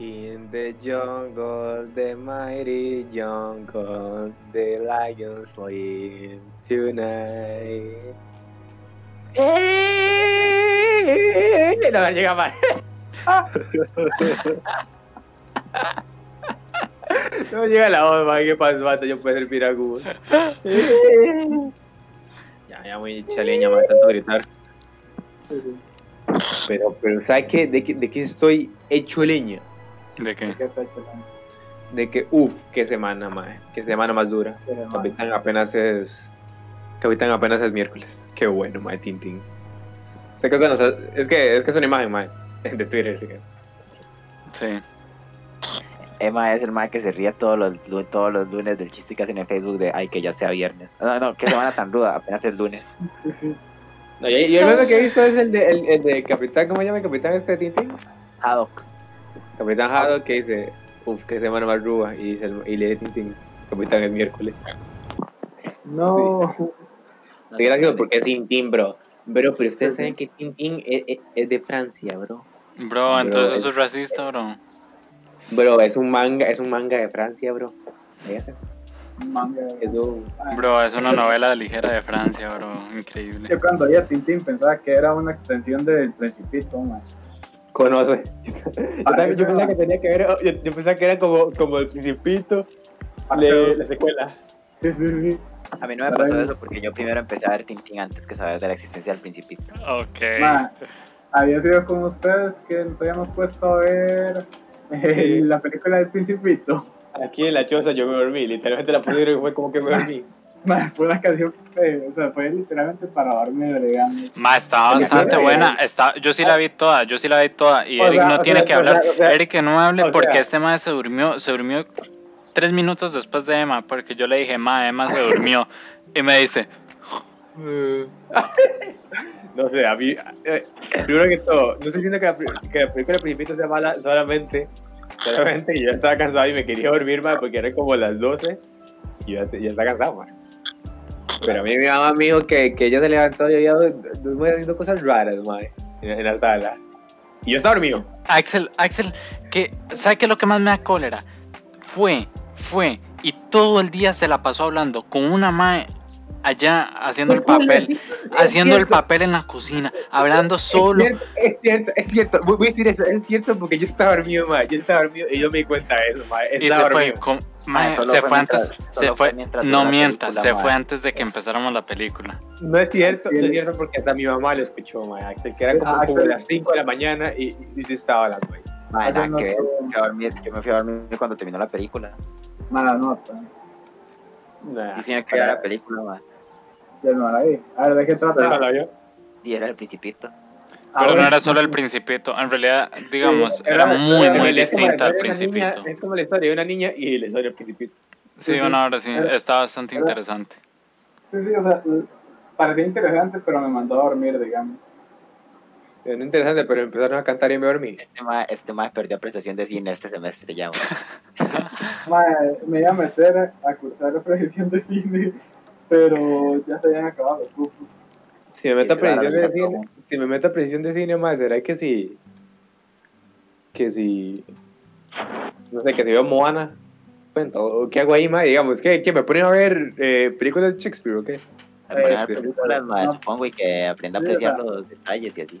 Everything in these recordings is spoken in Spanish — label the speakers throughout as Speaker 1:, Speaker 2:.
Speaker 1: In the jungle, the mighty jungle, the lions live tonight. ¡Eh! No me llega más. no me llega la voz, man. ¿Qué pasó, vato? Yo puedo ser piracu. ya, ya muy chaleña, me tanto gritar. Pero, pero, ¿sabes qué? ¿De qué, de qué estoy hecho leña?
Speaker 2: ¿De qué?
Speaker 1: De que, uff, qué semana más, qué semana más dura.
Speaker 3: Qué semana.
Speaker 1: Capitán apenas es, Capitán apenas es miércoles. Qué bueno, mae, Tintín. Sé que eso nos ha- es que es que es una imagen, mae, de Twitter. que-
Speaker 2: Sí.
Speaker 3: Emma es el mae que se ríe todos los, lu- todos los lunes del chiste que hacen en Facebook de ay que ya sea viernes. No, no, qué semana tan ruda, apenas es lunes.
Speaker 1: No, yo, yo el meme que he visto es el de, el, el de Capitán, ¿cómo se llama el Capitán este de Tintín?
Speaker 3: Haddock.
Speaker 1: Capitán Haddock que dice, uff, qué semana más ruda. Y, dice el- y le dice Tintín, Capitán es miércoles.
Speaker 4: No.
Speaker 1: Qué gracioso porque es Tintín, bro. Bro, pero ustedes saben que Tintín es, es- es de Francia, bro.
Speaker 2: Bro, entonces
Speaker 1: es-
Speaker 2: eso es racista, bro.
Speaker 1: Bro, es un manga, es un manga de Francia, bro. Fíjate,
Speaker 4: Manga.
Speaker 1: Es un...
Speaker 2: Bro, es una novela ligera de Francia, bro. Increíble.
Speaker 4: Yo cuando oía Tintín pensaba que era una extensión del Principito, man.
Speaker 1: Conoce. Yo, también- yo pensaba que tenía que ver, oh, yo, yo pensaba que era como, como el principito, le- la secuela.
Speaker 4: Ah, Sí, sí, sí.
Speaker 3: A mí no me pasó eso porque yo primero empecé a ver Tintín antes que saber de la existencia del Principito.
Speaker 2: Ok.
Speaker 4: Ma, había sido con ustedes que nos habíamos puesto a ver eh, la película del Principito.
Speaker 1: Aquí en la choza yo me dormí, literalmente la puse y fue como que me dormí.
Speaker 4: Ma, fue una canción, eh, o sea, fue literalmente para dormir, digamos.
Speaker 2: Ma, estaba bastante
Speaker 4: Oye,
Speaker 2: buena.
Speaker 3: eh.
Speaker 2: Está, yo sí la vi toda, yo sí la vi toda. Y
Speaker 4: O
Speaker 2: Eric
Speaker 4: sea,
Speaker 2: no
Speaker 4: o
Speaker 2: tiene
Speaker 4: sea,
Speaker 2: que
Speaker 4: o
Speaker 2: hablar.
Speaker 4: sea, o sea,
Speaker 2: Eric, que no hable
Speaker 4: o
Speaker 2: porque
Speaker 4: sea.
Speaker 2: este madre se durmió, se durmió tres minutos después de Emma. Porque yo le dije, ma, Emma se durmió. Y me dice,
Speaker 1: Eh. No sé, a mí, eh, primero que todo, no estoy diciendo que la, pri- que la película del principito sea mala solamente, solamente que yo estaba cansado y me quería dormir, más porque eran como las 12 y yo ya, ya estaba cansado, ma. Pero a mí mi mamá me dijo que, que ella se levantó y había dormido haciendo cosas raras, ma, en, en la sala. Y yo estaba dormido.
Speaker 2: Axel, Axel, que, ¿sabe qué es lo que más me da cólera? Fue, fue, y todo el día se la pasó hablando con una mae allá haciendo el papel, haciendo el papel en la cocina, hablando solo.
Speaker 1: Es cierto, es cierto, es cierto. Voy voy a decir eso, es cierto porque yo estaba dormido, ma. Yo estaba dormido y yo me di cuenta de eso, ma.
Speaker 2: Y
Speaker 1: Estaba
Speaker 2: se fue,
Speaker 1: dormido.
Speaker 2: con- mae,
Speaker 3: Ah, solo
Speaker 2: se
Speaker 3: fue
Speaker 2: fue
Speaker 3: mientras-
Speaker 2: antes,
Speaker 3: solo
Speaker 2: se
Speaker 3: fue
Speaker 2: fue,
Speaker 3: mientras
Speaker 2: no
Speaker 3: duró la
Speaker 2: mientas,
Speaker 3: película,
Speaker 2: se
Speaker 3: mae.
Speaker 2: fue antes de que empezáramos la película.
Speaker 1: No es cierto, no es cierto porque hasta mi mamá lo escuchó, ma. Axel, que era como,
Speaker 4: Ah,
Speaker 1: como
Speaker 4: Axel.
Speaker 1: las 5 de la mañana y, y sí estaba hablando, ma.
Speaker 3: Ma,
Speaker 4: Ay, yo
Speaker 3: nada
Speaker 4: no
Speaker 3: que ver,
Speaker 4: puedo.
Speaker 3: me fui a dormir, yo me fui a dormir cuando terminó la película.
Speaker 4: Mala nota.
Speaker 3: Yo
Speaker 1: Nah.
Speaker 3: tenía que ver la película, ma.
Speaker 4: Yo no la vi. A ver, ¿de qué
Speaker 1: ¿No
Speaker 4: trata?
Speaker 1: lo vio?
Speaker 3: Y era el Principito.
Speaker 4: Ah,
Speaker 2: Pero no
Speaker 4: bueno.
Speaker 2: era solo el principito, en realidad, digamos,
Speaker 1: Sí,
Speaker 2: era muy,
Speaker 1: era-
Speaker 2: muy
Speaker 1: era como la
Speaker 2: distinta
Speaker 1: historia
Speaker 2: al
Speaker 1: de una niña-
Speaker 2: principito.
Speaker 1: Es como la historia de una niña y la historia del principito.
Speaker 2: Sí, una hora sí,
Speaker 4: Era-
Speaker 2: está bastante
Speaker 4: era-
Speaker 2: interesante.
Speaker 4: Sí, sí, o sea, parecía interesante, pero me mandó a dormir, digamos.
Speaker 1: Es interesante, pero empezaron a cantar y me dormí.
Speaker 3: Este ma, este ma perdió apreciación de cine este semestre ya, ma.
Speaker 4: Ma, me iba a meter a cursar la proyección de cine, pero ya se habían acabado los cupos.
Speaker 1: Si me meto a
Speaker 3: Sí, claro,
Speaker 1: prisión de
Speaker 3: no,
Speaker 1: cine, si me meto a prisión de cine, ma, ¿será que si... que si... no sé, que si veo Moana? Cuento, ¿o ¿qué hago ahí, ma? Digamos, ¿qué, qué me ponen a ver eh, películas de Shakespeare o qué?
Speaker 3: A poner
Speaker 1: pero-
Speaker 3: películas, ma,
Speaker 4: no.
Speaker 3: supongo, y que aprenda a
Speaker 4: Sí,
Speaker 3: apreciar
Speaker 4: o sea.
Speaker 3: los detalles y así.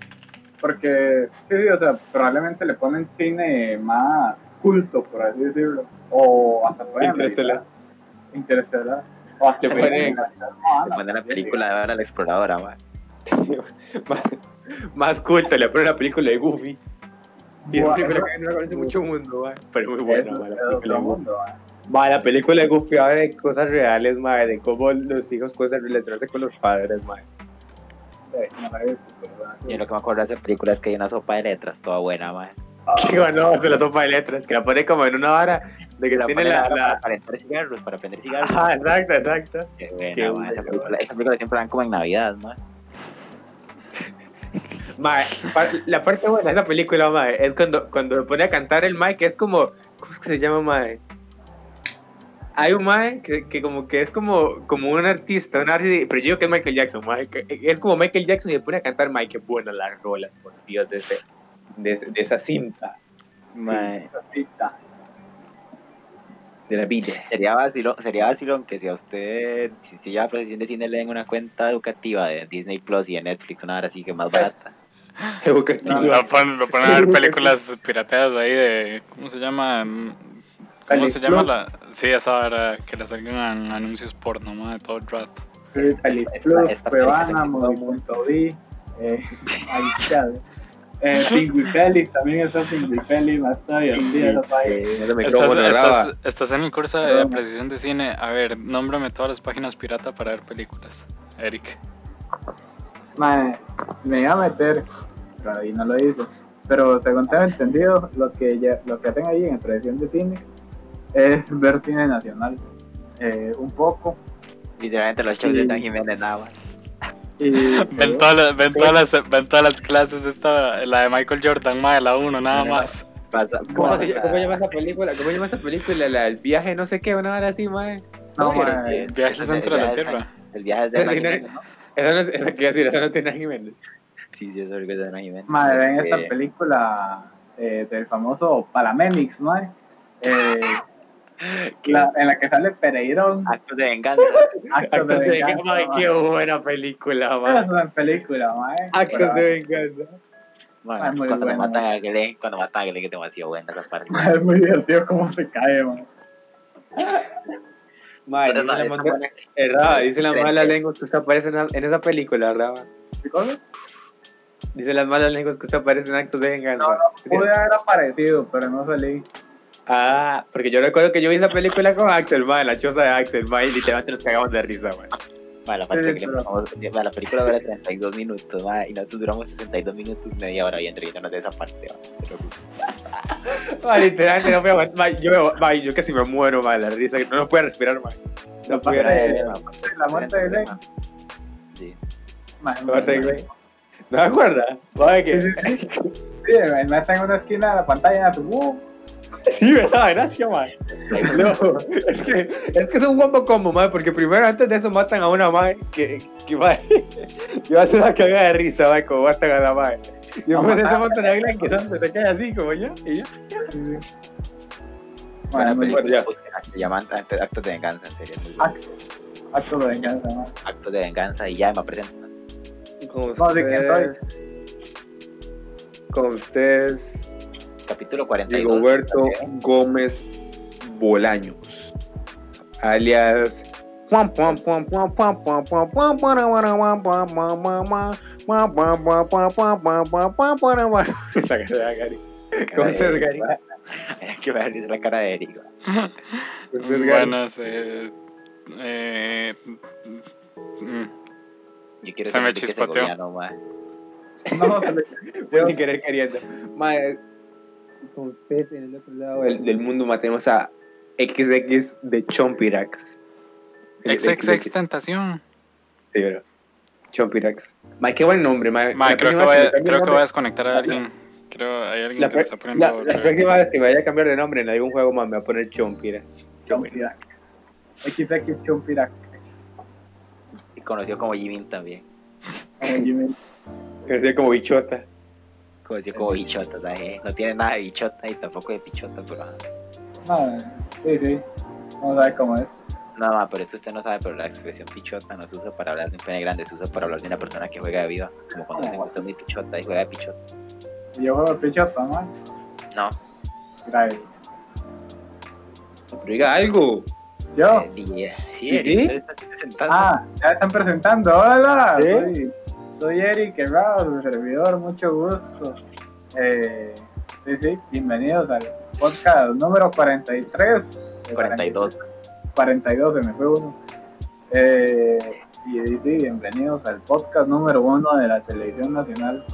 Speaker 4: Porque, sí, sí, o sea, probablemente le ponen cine más culto, por así decirlo. O hasta pueden
Speaker 1: Interestelar.
Speaker 4: meditar. Ah, Interestelar. O hasta
Speaker 1: Le ponen-
Speaker 4: Ah,
Speaker 3: Le ponen la película de ahora la exploradora, ma.
Speaker 1: más, más culto, le ponen la película de Goofy. Y es una
Speaker 4: Buah,
Speaker 1: película
Speaker 4: eso-
Speaker 1: que no conoce mucho mundo, ma, pero muy
Speaker 4: Bueno,
Speaker 1: buena. ma, la
Speaker 4: de
Speaker 1: película
Speaker 4: otro
Speaker 1: de Goofy.
Speaker 4: mundo, ma.
Speaker 1: Ma, la película de Goofy habla de cosas reales, ma, de cómo los hijos pueden relacionarse con los padres, ma.
Speaker 4: Eh, no la he visto, pero, ah, sí.
Speaker 3: Yo lo que me acuerdo de esa película es que hay una sopa de letras toda buena, ma.
Speaker 4: Ah,
Speaker 1: Digo, no, se la sopa de letras, que la pone como en una vara de que
Speaker 3: La
Speaker 1: tiene
Speaker 3: ponen
Speaker 1: la...
Speaker 3: ahora
Speaker 1: la...
Speaker 3: Para calentar cigarros, para prender cigarros.
Speaker 1: Ajá, exacto, exacto.
Speaker 3: Qué buena,
Speaker 1: Qué
Speaker 3: ma,
Speaker 1: buena,
Speaker 3: esa,
Speaker 1: qué
Speaker 3: película, esa película siempre dan como en Navidad, ma.
Speaker 1: Mae, pa- la parte buena de esa película, mae, es cuando, cuando se pone a cantar el mae, que es como, ¿cómo es que se llama, mae? Hay un mae que, que como que es como, como un artista, un arti- pero yo digo que es Michael Jackson, mae, que- es como Michael Jackson y se pone a cantar, mae, qué buena la rola, por Dios, de, ese- de, ese- de esa cinta.
Speaker 3: Mae,
Speaker 4: Cosita.
Speaker 3: de la vida. Sería vacilón, sería vacilón que si a usted, si, si ya profesión de cine le den una cuenta educativa de Disney Plus y de Netflix, una hora así que más barata.
Speaker 1: Educativa.
Speaker 2: Lo ponen, lo ponen a ver películas pirateadas ahí de. ¿Cómo se llama? Mm, ¿Cómo se
Speaker 4: Califlor.
Speaker 2: llama la.? Sí, esa hora que le salgan anuncios porno, madre, todo el rato.
Speaker 4: Sí, Califlor,
Speaker 3: esta-
Speaker 4: Cuevana,
Speaker 3: esta-
Speaker 4: Modi.di, eh, Alchad. Eh, Pinguicali, también está Pinguicali, más todavía, sí, esa vaina.
Speaker 3: Eh, el
Speaker 2: Estás,
Speaker 3: micrófono
Speaker 2: estás-
Speaker 3: graba.
Speaker 2: estás en el curso de
Speaker 4: Graba.
Speaker 2: precisión de cine. A ver, nómbrame todas las páginas pirata para ver películas. Eric.
Speaker 4: Mae, me iba a meter, pero ahí no lo hice. Pero según tengo entendido, lo que, ya, lo que hacen ahí en tradición de cine es ver cine nacional. Eh, un poco.
Speaker 3: Literalmente los shows
Speaker 4: Sí.
Speaker 3: de Dan Jiménez nada más.
Speaker 4: Y,
Speaker 2: Ven todas las, ven todas las, ven todas las clases, esta, la de Michael Jordan, madre, la 1, nada más.
Speaker 3: Pasa,
Speaker 4: ¿Cómo
Speaker 1: ¿Cómo,
Speaker 3: pasa-
Speaker 1: se llama- cómo llama esa película? ¿Cómo llama esa película? La del viaje, no sé qué, una hora así, mae.
Speaker 4: No,
Speaker 1: Oye,
Speaker 4: mae,
Speaker 3: eh,
Speaker 2: Viajes
Speaker 3: el- el
Speaker 2: dentro de la
Speaker 3: viaje de-
Speaker 2: Tierra.
Speaker 3: El viaje es de Dan Jiménez, ¿no?
Speaker 1: Eso no es, eso quiero decir, eso no tiene nada que ver.
Speaker 3: Sí, sí, eso es lo que es de Dan Jiménez.
Speaker 4: mae, ven esta
Speaker 3: Eh,
Speaker 4: película eh, del famoso Palamemix, mae. Eh, la- en la que sale Pereirón.
Speaker 3: Actos de venganza.
Speaker 4: Actos de
Speaker 1: Actos de
Speaker 4: venganza.
Speaker 1: venganza,
Speaker 4: mae.
Speaker 1: qué buena película,
Speaker 4: Es
Speaker 1: mae.
Speaker 4: una película, mae.
Speaker 1: Actos de venganza.
Speaker 3: Bueno,
Speaker 4: Ah, muy
Speaker 3: cuando
Speaker 4: bueno.
Speaker 3: matan a Glenn, cuando matan a Glenn, que te ha sido buena esa parte.
Speaker 4: Mae, Es muy divertido cómo se cae, mae.
Speaker 1: Mae,
Speaker 3: Pero
Speaker 1: dice
Speaker 3: no,
Speaker 1: la
Speaker 3: esa
Speaker 1: manga-
Speaker 3: buena-
Speaker 1: eh, Raba, dice la
Speaker 3: Frente.
Speaker 1: mala lengua que usted aparece en, la- en esa película, Raba.
Speaker 4: ¿Qué cosa?
Speaker 1: Dice las malas lenguas que usted aparece en actos de venganza.
Speaker 4: No, no, pude haber aparecido, pero no salí.
Speaker 1: Ah, porque yo recuerdo que yo vi esa película con Axel, mae, la choza de Axel, mae, y literalmente nos cagamos de risa, mae.
Speaker 3: Bueno, la parte
Speaker 4: Sí,
Speaker 3: que le
Speaker 4: pero-
Speaker 3: pasamos- bueno, la película dura 32 minutos, ma, y nosotros duramos 62 minutos, media hora bien riéndonos de esa parte. ma, pero-
Speaker 1: Mae, literalmente no voy a aguantar, mae, yo, me- mae, yo casi me muero, mae, la risa, no nos puede respirar, mae. No
Speaker 3: pues,
Speaker 4: La
Speaker 1: puede
Speaker 4: parte
Speaker 1: respirar.
Speaker 4: de-
Speaker 3: ma,
Speaker 4: La muerte de Glenn.
Speaker 3: Sí.
Speaker 4: Mae,
Speaker 1: La parte de Glenn. ¿No me acuerdas? Mae, que...
Speaker 4: Sí, sí, sí. Sí, el mae está en una esquina de la pantalla, su uh,
Speaker 1: Sí, ¿verdad? Gracias, mae. No, es que, es que es un guapo combo, mae, porque primero antes de eso matan a una mae que, que mae, que va a ser una cagada de risa, mae, como matan a la mae. Y
Speaker 4: No,
Speaker 1: después de eso
Speaker 4: mataron.
Speaker 1: matan a Glenn, que son- se queda así, como ya, y ya.
Speaker 4: Bueno,
Speaker 3: Buena
Speaker 4: muy Ah.
Speaker 3: película,
Speaker 1: ya.
Speaker 3: búsquenla, se llaman Act- Actos de Venganza, en serio. muy buena.
Speaker 4: acto de venganza, mae.
Speaker 3: Actos de Venganza y ya me presentan.
Speaker 1: Con
Speaker 4: No, de quién soy.
Speaker 1: Con ustedes,
Speaker 3: Capítulo 42.
Speaker 1: Rigoberto Gómez Bolaños, alias Juan Juan Juan Juan Juan Juan Juan Juan Juan Juan Juan Juan Juan Juan Juan Juan Juan Juan Juan Juan Juan Juan Juan Juan. Esa cara de Gary. ¿Cómo estás, Gary?
Speaker 3: Es que me da risa la cara de Eric. ma.
Speaker 2: Pues
Speaker 1: ¿Cómo estás, Gary?
Speaker 2: Buenas, eh, eh, mm,
Speaker 3: Yo quiero
Speaker 2: Se
Speaker 3: ser
Speaker 2: me
Speaker 3: Enrique
Speaker 2: chispoteó.
Speaker 3: Segoviano, ma.
Speaker 4: No, se le-
Speaker 1: Fue sin querer queriendo. Mae, con ustedes en el otro lado del, del mundo ma, tenemos a XX de Chompirax. El
Speaker 2: XXX Tentación.
Speaker 1: Sí, bro. Chompirax. Mae, qué buen nombre, mae.
Speaker 2: Ma,
Speaker 1: La
Speaker 2: creo que,
Speaker 1: próxima
Speaker 2: voy
Speaker 1: vez
Speaker 2: a,
Speaker 1: me cambie
Speaker 2: creo
Speaker 1: el
Speaker 2: que voy a
Speaker 1: nombre-
Speaker 2: desconectar a alguien. Creo hay alguien
Speaker 1: la,
Speaker 2: que me está
Speaker 1: pro- la-
Speaker 2: poniendo.
Speaker 1: la próxima vez que me vaya a cambiar de nombre en algún juego, mae, me voy a poner Chompirax.
Speaker 4: Chompirac. XX Chompirac.
Speaker 3: Y conocido como Jimin también.
Speaker 4: Como Jimmy.
Speaker 1: Que sea como bichota.
Speaker 3: Conocido como Bichota, ¿sabes? No tiene nada de Bichota y tampoco de Pichota, pero. ajá.
Speaker 4: No, sí, sí. Vamos a ver cómo es.
Speaker 3: No, ma, pero eso usted no sabe, pero la expresión pichota no se usa para hablar de un pene grande, se usa para hablar de una persona que juega de viva. Como cuando dicen, usted es muy pichota y juega de pichota.
Speaker 4: Yo juego pichota, ¿no?
Speaker 3: No,
Speaker 4: Grave.
Speaker 1: Pero diga algo.
Speaker 4: Yo.
Speaker 3: eh, y, eh, sí,
Speaker 1: ¿Sí?
Speaker 3: Eric, usted está presentando.
Speaker 4: Ah, ya están presentando. Hola.
Speaker 1: ¿Sí?
Speaker 4: Soy, soy Eric Herrao, su servidor. Mucho gusto. Eh, sí, sí. Bienvenidos al podcast número 43.
Speaker 3: 42.
Speaker 4: 42, se me fue uno. Eh, y sí, bienvenidos al podcast número uno de la televisión nacional.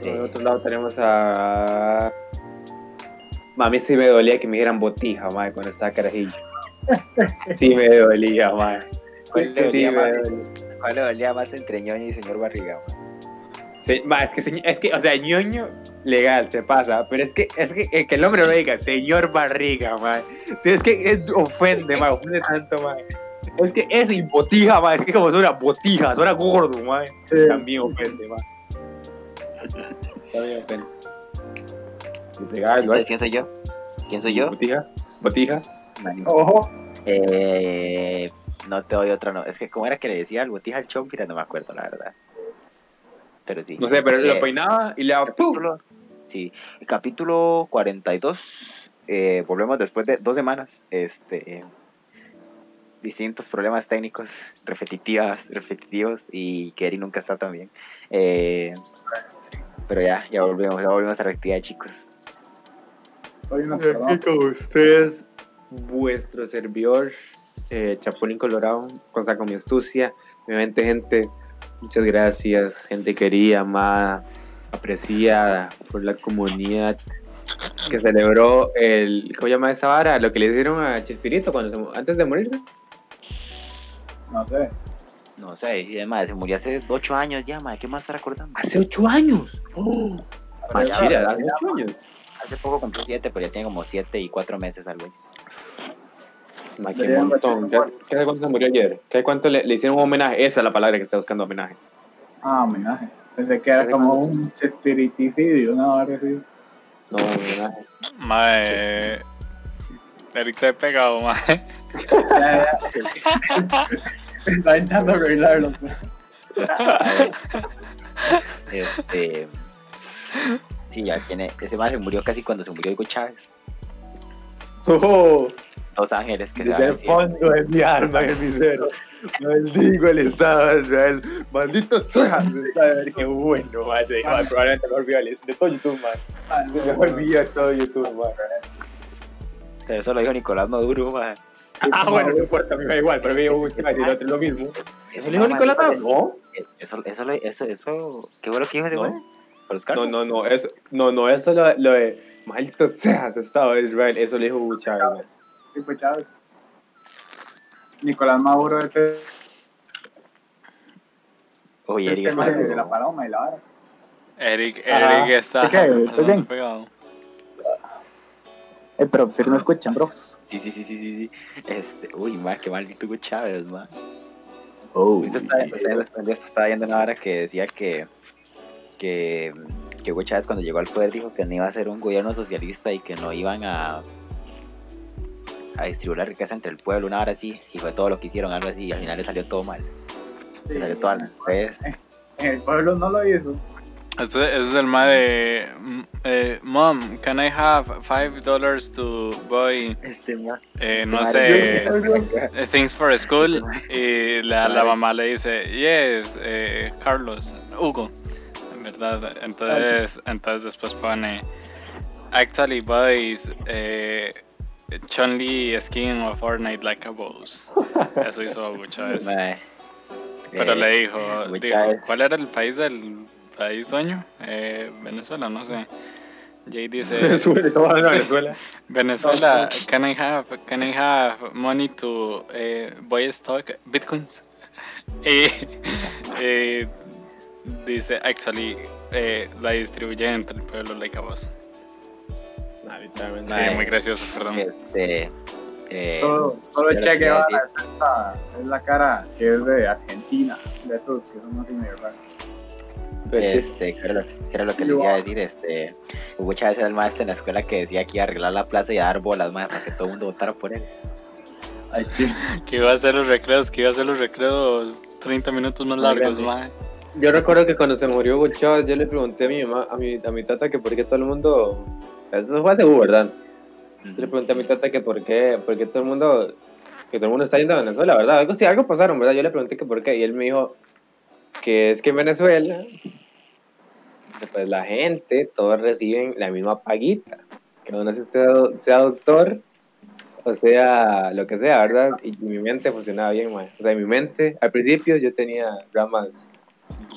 Speaker 1: Por
Speaker 3: eh,
Speaker 1: otro lado tenemos a... Ma, A mí sí me dolía que me dijeran botija, madre, cuando estaba carajillo. Sí me dolía, madre.
Speaker 3: ¿Cuál le
Speaker 1: sí,
Speaker 3: dolía
Speaker 1: me
Speaker 3: más?
Speaker 1: dolía.
Speaker 3: ¿Cuál le dolía más entre ñoño y señor barriga? ma?
Speaker 1: Sí, ma, es que, señ- es que, o sea, ñoño legal, se pasa, pero es que, es que, eh, que el hombre lo diga, señor barriga, madre. Sí, es que es- ofende, madre, ofende tanto, madre. Es que es y botija, madre, es que como suena botija, suena gordo, madre.
Speaker 4: Sí.
Speaker 1: También ofende, madre. También ofende. Y pegaba el
Speaker 3: Entonces,
Speaker 1: like.
Speaker 3: ¿quién soy yo? ¿Quién soy yo?
Speaker 1: Botija. Botija.
Speaker 4: Ojo,
Speaker 3: Eh, no te doy otro no. Es que, ¿cómo era que le decía al botija al chompira? No me acuerdo, la verdad. Pero sí.
Speaker 1: No sé, pero lo
Speaker 3: Eh,
Speaker 1: peinaba y le daba ¡pum!
Speaker 3: capítulo, sí, el capítulo 42. Eh, volvemos después de dos semanas. Este, eh, distintos problemas técnicos, repetitivas, repetitivos y que Eri nunca está tan bien. Eh, pero ya, ya volvemos, ya volvemos a la actividad, chicos.
Speaker 4: hoy nos
Speaker 1: Aquí
Speaker 4: quedamos.
Speaker 1: con ustedes, vuestro servidor, eh, Chapulín Colorado, cosa con mi astucia. Obviamente, gente, muchas gracias, gente querida, amada, apreciada por la comunidad que celebró el. ¿Cómo se llama esa vara? Lo que le hicieron a Chespirito cuando se mu- antes de morirse.
Speaker 4: No sé.
Speaker 3: No sé, y además se murió hace 8 años ya, madre, ¿qué más estar acordando?
Speaker 1: Hace ocho años. ¡Oh! Machira, hace ocho años.
Speaker 3: Hace poco cumplió 7, pero ya tiene como 7 y 4 meses algo. así.
Speaker 1: Ma, qué montón. ¿Qué, qué hace cuánto se murió ayer? ¿Qué hace cuánto le, le hicieron un homenaje? Esa es la palabra que está buscando homenaje.
Speaker 4: Ah, homenaje. Pensé que era como un espiriticidio, una hora así.
Speaker 1: No, homenaje.
Speaker 2: Mae. Eric se ha pegado, mae.
Speaker 4: Ya, ya. Está intentando arreglarlo. pues.
Speaker 3: Este. sí, ya tiene. Ese madre se murió casi cuando se murió Hugo Chávez.
Speaker 1: ¡Oh!
Speaker 3: Los Ángeles, que
Speaker 1: Desde el fondo de mi alma, que misero. Maldigo el Estado de Israel. Maldito sea. Saber qué bueno, man. Te digo, man, probablemente el mejor video de- de todo YouTube, man.
Speaker 4: Ah,
Speaker 1: El mejor video de todo YouTube, man.
Speaker 3: Pero eh, eso lo dijo Nicolás Maduro, ma.
Speaker 1: Ah, bueno, no importa, a mí me da igual, pero a mí me iba a decir otro lo mismo.
Speaker 3: Eso
Speaker 1: dijo Nicolás No,
Speaker 3: eh, Eso, eso, lo- eso, eso. ¿Qué fue lo que dijo ese
Speaker 1: No.
Speaker 3: madre? Por los
Speaker 1: no,
Speaker 3: cargos.
Speaker 1: no, no, eso, no, no, eso lo, lo de maldito sea el Estado de Israel, eso le dijo Hugo Chávez, man.
Speaker 4: Sí, fue Chávez. Nicolás Maduro, este, ese
Speaker 3: Oye,
Speaker 4: el
Speaker 1: Este
Speaker 3: Erika,
Speaker 4: tema de este, de
Speaker 3: madre,
Speaker 4: la paloma y la vara.
Speaker 2: Eric,
Speaker 4: Ajá.
Speaker 2: Eric está.
Speaker 4: ¿Sí qué? ¿Estás bien?
Speaker 2: pegado.
Speaker 4: Eh, pero si no escuchan, bro.
Speaker 3: Sí, sí, sí, sí, sí. sí. Este, uy, ma, qué maldito Hugo Chávez, ma. Oh. Yo estaba, yo estaba viendo una hora que decía que, que, que Hugo Chávez cuando llegó al poder dijo que no iba a ser un gobierno socialista y que no iban a, a distribuir la riqueza entre el pueblo, una hora así, y fue todo lo que hicieron, algo así, y al final le salió todo mal, le salió todo mal. Entonces,
Speaker 4: El pueblo no lo hizo.
Speaker 2: Este, este es el mae de. mm, eh, Mom, can I have five dollars to buy,
Speaker 3: este, ma,
Speaker 2: eh, no
Speaker 3: madre,
Speaker 2: sé, eh, things for school? Y la, la mamá le dice, yes, eh, Carlos, Hugo, ¿verdad? Entonces, entonces después pone, actually buys eh, Chun-Li skin of Fortnite like a boss. Eso hizo Hugo Chávez.
Speaker 3: ma,
Speaker 2: Pero
Speaker 3: eh,
Speaker 2: le dijo,
Speaker 3: Hugo
Speaker 2: dijo,
Speaker 3: Chávez.
Speaker 2: ¿cuál era el país del país dueño? Eh, Venezuela, no sé. Jay dice,
Speaker 1: Venezuela, Venezuela.
Speaker 2: Venezuela, can I have, can I have money to eh, buy stock, bitcoins? Y eh, dice, actually, eh, la distribuye entre el pueblo like a boss.
Speaker 1: Nah, literalmente.
Speaker 2: Sí,
Speaker 3: Mae.
Speaker 2: muy gracioso, perdón.
Speaker 3: este, eh,
Speaker 4: Todo, todo el
Speaker 3: ya lo
Speaker 4: Che
Speaker 3: que iba a
Speaker 4: Guevara es esa- es la cara que es de Argentina, de esos que son así medio raros.
Speaker 1: Pues
Speaker 3: Este, ¿qué era, lo, qué era lo que les iba a decir? Este, Hugo Chávez era el maestro en la escuela que decía que iba a arreglar la plaza y a dar bolas más para que todo el mundo votara por él.
Speaker 4: Ay, sí.
Speaker 2: Que iba a hacer los recreos, que iba a hacer los recreos 30 minutos más
Speaker 1: Muy
Speaker 2: largos,
Speaker 1: grande.
Speaker 2: mae.
Speaker 1: Yo recuerdo que cuando se murió Hugo Chávez, yo le pregunté a mi mamá, a mi, a mi tata, que por qué todo el mundo. Eso fue hace U, ¿verdad? Yo le pregunté a mi tata que por qué, por qué todo el mundo. Que todo el mundo está yendo a Venezuela, ¿verdad? Algo, sí, algo pasaron, ¿verdad? Yo le pregunté que por qué, y él me dijo que es que en Venezuela, pues la gente, todos reciben la misma paguita. Que uno sea, sea doctor, o sea, lo que sea, ¿verdad? Y mi mente funcionaba bien, mae. O sea, en mi mente, al principio yo tenía ramas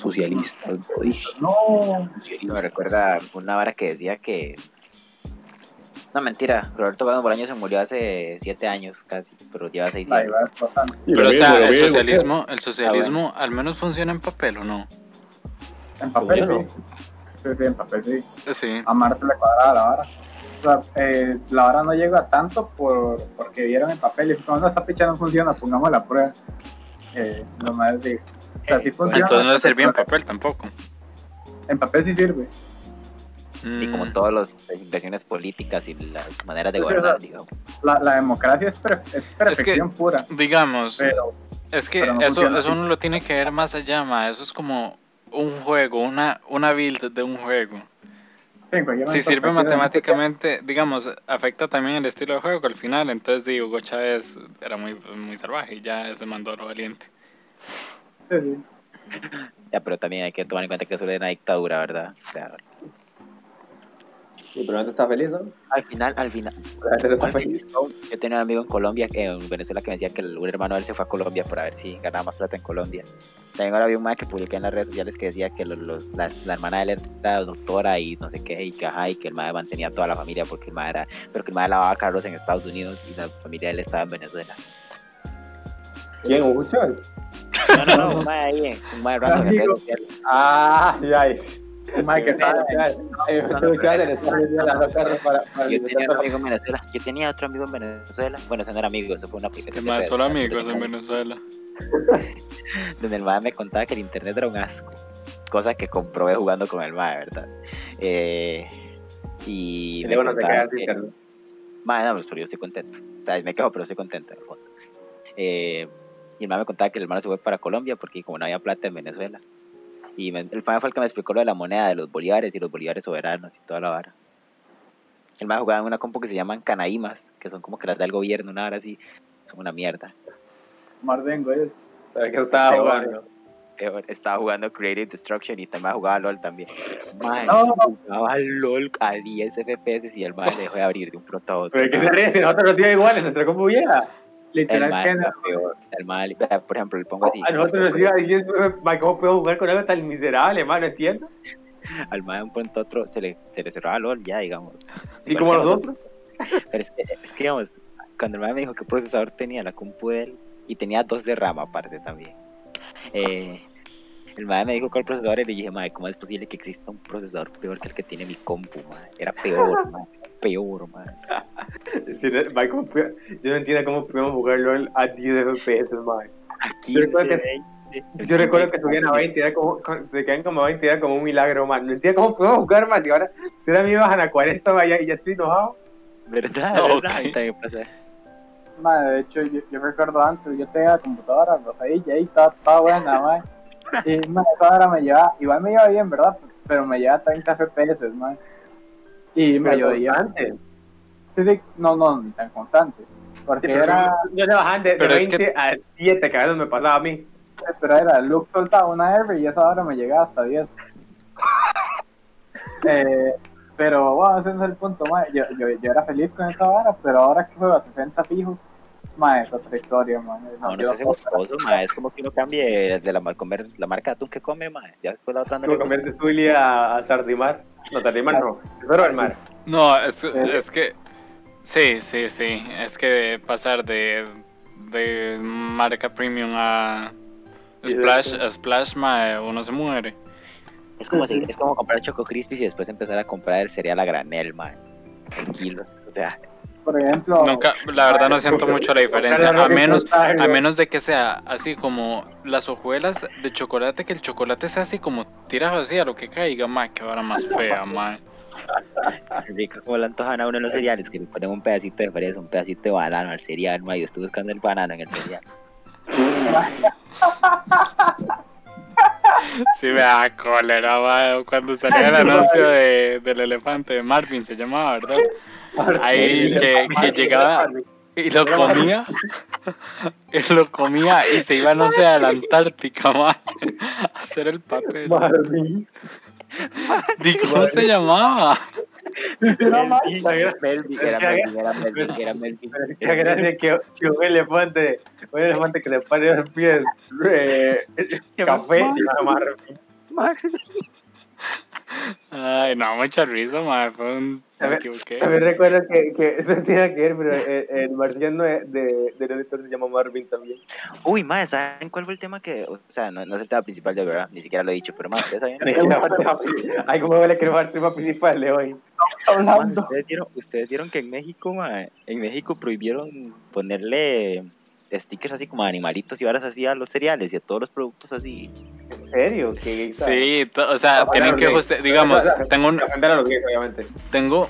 Speaker 3: Socialista,
Speaker 4: No,
Speaker 3: Me recuerda una vara que decía que. No, mentira, Roberto Gómez Bolaño se murió hace 7 años casi, pero lleva 6
Speaker 4: ahí
Speaker 3: años.
Speaker 4: va bastante.
Speaker 2: Pero o sea, el socialismo, el socialismo al menos funciona en papel o no.
Speaker 4: En
Speaker 1: Bueno.
Speaker 4: papel, sí. Sí, sí, en papel, sí.
Speaker 2: Sí.
Speaker 4: A Marte le cuadraba la vara. O sea, eh, la vara no llegó a tanto por, porque vieron en papel. Y fue como no, esta picha no funciona, pongamos la prueba. Eh, lo más de. O sea, sí funciona.
Speaker 2: Entonces no le servía en papel tampoco.
Speaker 4: En papel sí sirve.
Speaker 3: Y
Speaker 1: Mm.
Speaker 2: Mm,
Speaker 3: como todas las implicaciones políticas y las maneras de gobernar, digamos.
Speaker 4: La, la democracia es, per- es perfección pura,
Speaker 2: Digamos,
Speaker 4: pero
Speaker 2: es que
Speaker 4: pero no
Speaker 2: eso,
Speaker 4: funciona
Speaker 2: eso
Speaker 4: así.
Speaker 2: uno lo tiene que ver más allá, ma. Eso es como un juego, una, una build de un juego.
Speaker 4: sí, pues, en este cualquier
Speaker 2: Si
Speaker 4: momento
Speaker 2: sirve
Speaker 4: cualquier-
Speaker 2: matemáticamente, digamos, afecta también el estilo de juego que al final, entonces digo, Hugo Chávez era muy, muy salvaje y ya se mandó a lo valiente.
Speaker 4: Sí, sí.
Speaker 3: Ya, pero también hay que tomar en cuenta que eso era una dictadura, ¿verdad? O sea,
Speaker 1: Sí, pero antes está feliz, ¿no?
Speaker 3: al final, al final.
Speaker 1: Antes está
Speaker 3: al
Speaker 1: feliz.
Speaker 3: final, Yo tenía un amigo en Colombia, eh, en Venezuela, que me decía que el- un hermano de él se fue a Colombia para ver si ganaba más plata en Colombia. También ahora vi un más que publiqué en las redes sociales que decía que los, los- la, la hermana de él era doctora y no sé qué, y que, ajá, y que el madre mantenía a toda la familia porque el madre era, pero que el madre lavaba carros en Estados Unidos y la familia de él estaba en Venezuela.
Speaker 1: ¿Quién? ¿Un Huchol?
Speaker 3: No, no, no, un madre ahí, eh, un madre random en redes
Speaker 4: Amigo.
Speaker 3: sociales.
Speaker 1: Ah, ya. ay.
Speaker 4: Un mae que sabe,
Speaker 1: Eh, Huchol, claro, le está vendiendo las dos carros para- para
Speaker 3: Yo tenía otro
Speaker 1: disfrutar.
Speaker 3: amigo en Venezuela. Yo tenía otro amigo en Venezuela. Bueno, ese no era amigo, eso fue una aplicación. de
Speaker 2: Más
Speaker 3: redes
Speaker 2: solo
Speaker 3: sociales.
Speaker 2: amigos en Venezuela.
Speaker 3: donde el MAE me contaba que el internet era un asco, cosa que comprobé jugando con el MAE, ¿verdad? Eh, y
Speaker 1: Y
Speaker 3: me
Speaker 1: luego no te
Speaker 3: contaba
Speaker 1: quedas
Speaker 3: que-
Speaker 1: sin carro.
Speaker 3: Mae, no, pero yo estoy contento. O sea, me quejo, pero estoy contento. en el fondo. Eh, y el MAE me contaba que el hermano se fue para Colombia porque como no había plata en Venezuela. Y me- el MAE fue el que me explicó lo de la moneda de los bolívares y los bolívares soberanos y toda la vara. El MAE jugaba en una compu que se llaman canaímas, que son como que las da el gobierno, una vara así. Son una mierda.
Speaker 4: Marden, güey.
Speaker 1: Sabes que estaba
Speaker 3: Peor.
Speaker 1: jugando.
Speaker 3: peor, estaba jugando Creative Destruction y también jugaba LOL también. Mae,
Speaker 4: No.
Speaker 3: jugaba LOL a 10 FPS y el mae le dejó de abrir de un pronto a otro.
Speaker 1: Pero que se ríe, si nosotros nos iba igual, nuestra compu vieja.
Speaker 3: El
Speaker 4: Literal
Speaker 3: mae
Speaker 4: que
Speaker 3: era
Speaker 4: no.
Speaker 3: peor. El mae, vea, por ejemplo, le pongo así.
Speaker 1: A nosotros nos iba diciendo, "Ma, ¿cómo puedo jugar con algo tan miserable, hermano? ¿Entiendes?
Speaker 3: Al mae de un pronto a otro se le, se le cerraba LOL ya, digamos.
Speaker 1: Y como
Speaker 3: Porque
Speaker 1: nosotros.
Speaker 3: Pero es que, es que, digamos, cuando el mae me dijo qué procesador tenía la compu de él y tenía dos de RAM aparte también. Eh, el mae me dijo cuál procesador era y dije, mae, ¿cómo es posible que exista un procesador peor que el que tiene mi compu, mae? Era peor, mae. Peor, mae.
Speaker 1: Sí, no, ma, ¿cómo fue? Yo no entiendo cómo pudimos jugar LOL a 10 FPS, man.
Speaker 3: Aquí
Speaker 1: Yo recuerdo
Speaker 3: se
Speaker 1: que-
Speaker 3: ve-
Speaker 1: Yo recuerdo que subían a 20, era como, con- se quedan como a 20, era como un milagro, man. No entiendo cómo pudimos jugar, man. Y ahora, si ahora me bajan a 40, ma, ya- y ya estoy enojado.
Speaker 3: ¿Verdad?
Speaker 2: No,
Speaker 3: ¿Verdad?
Speaker 2: ok.
Speaker 3: A mí también pasa.
Speaker 4: Madre, de hecho, yo, yo recuerdo antes, yo tenía la computadora rosadilla y estaba, estaba buena, madre. Y madre, esa hora me llevaba, igual me llevaba bien, ¿verdad? Pero me llevaba 30 FPS, madre. Y me
Speaker 1: Pero
Speaker 4: ayudaba.
Speaker 1: antes.
Speaker 4: Sí, sí, no, no, ni tan constante. Porque era,
Speaker 1: Yo le bajaban de, de
Speaker 2: Pero es que-
Speaker 1: 20 a 7, que a veces me pasaba a mí.
Speaker 4: pero era, Luke soltaba una R y esa hora me llegaba hasta 10. Eh, pero bueno, ese no es el punto, madre. Yo, yo, yo era feliz con esa vara, pero ahora que juego a 60 fijos, madre, es otra historia, madre. No,
Speaker 3: No,
Speaker 4: yo
Speaker 3: no es
Speaker 4: puedo
Speaker 3: gostoso, ma. Es como que uno cambie de la, mar- comer, la marca de atún que come, ma. Ya después la otra no
Speaker 1: Tú
Speaker 3: le
Speaker 1: cambiaste Zully a, a Tardimar. No, Tardimar no. Tesoro del mar.
Speaker 2: No, es,
Speaker 4: Eh.
Speaker 2: es que. Sí, sí, sí. Es que pasar de, de marca premium a
Speaker 1: Sí,
Speaker 2: Splash,
Speaker 1: sí.
Speaker 2: a Splash, mae, uno se muere.
Speaker 3: gusta. Es como, si- es como comprar Choco Crispis y después empezar a comprar el cereal a granel, ma. En kilos. O sea,
Speaker 4: por ejemplo,
Speaker 2: Nunca, la verdad, no siento mucho la diferencia. A menos, a menos de que sea así como las hojuelas de chocolate, que el chocolate sea así como tiras así a lo que caiga, mae, que ahora más fea, mae.
Speaker 3: rico como le antojan a uno los cereales, que le ponen un pedacito de fresa, un pedacito de banano al cereal, ma. Y yo estoy buscando el banano en el cereal.
Speaker 2: Sí, me da cólera, mae. Cuando salía el anuncio de, del elefante de Marvin, se llamaba, ¿verdad? Ahí, que- que Eh, llegaba- Y lo comía. y lo comía y se iba, no sé, a la Antártica, ma, A hacer el papel.
Speaker 1: Marvin.
Speaker 2: Di, ¿Cómo se llamaba?
Speaker 1: Era mal.
Speaker 3: Melvin, era Melvin, era Melvin, era Melvin.
Speaker 1: Pero es que gracias que, que un elefante, un elefante que le pare los pies, eh, café, se llama Marvin.
Speaker 2: Ay, no, mucha risa, ma. Fue un. Me equivoqué.
Speaker 1: También recuerdo que, que eso tiene que ver, pero el, el marciano de, de, de los Beatles se llama Marvin también.
Speaker 3: Uy, ma, ¿saben cuál fue el tema que.? O sea, no, no es el tema principal de verdad, ni siquiera lo he dicho, pero ma, ¿ustedes saben?
Speaker 1: Ay, cómo huele que no fue el tema principal de hoy.
Speaker 3: Man,
Speaker 4: hablando.
Speaker 3: ¿ustedes, vieron, ustedes vieron que en México, ma, en México prohibieron ponerle stickers así como animalitos y varas así a los cereales y a todos los productos así.
Speaker 1: serio? ¿Qué,
Speaker 2: Sí, to- o sea, tienen que ajuste- digamos, tengo un,
Speaker 1: Ofender a los gays, obviamente.
Speaker 2: tengo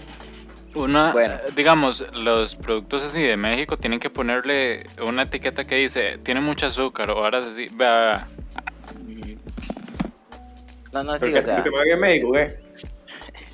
Speaker 2: una,
Speaker 3: Bueno.
Speaker 2: digamos, los productos así de México tienen que ponerle una etiqueta que dice, tiene mucho azúcar o ahora así, vea,
Speaker 3: No, no, sí,
Speaker 1: Porque
Speaker 3: o
Speaker 1: tú
Speaker 3: sea.
Speaker 1: te mueves en México, ¿qué?
Speaker 4: Sí,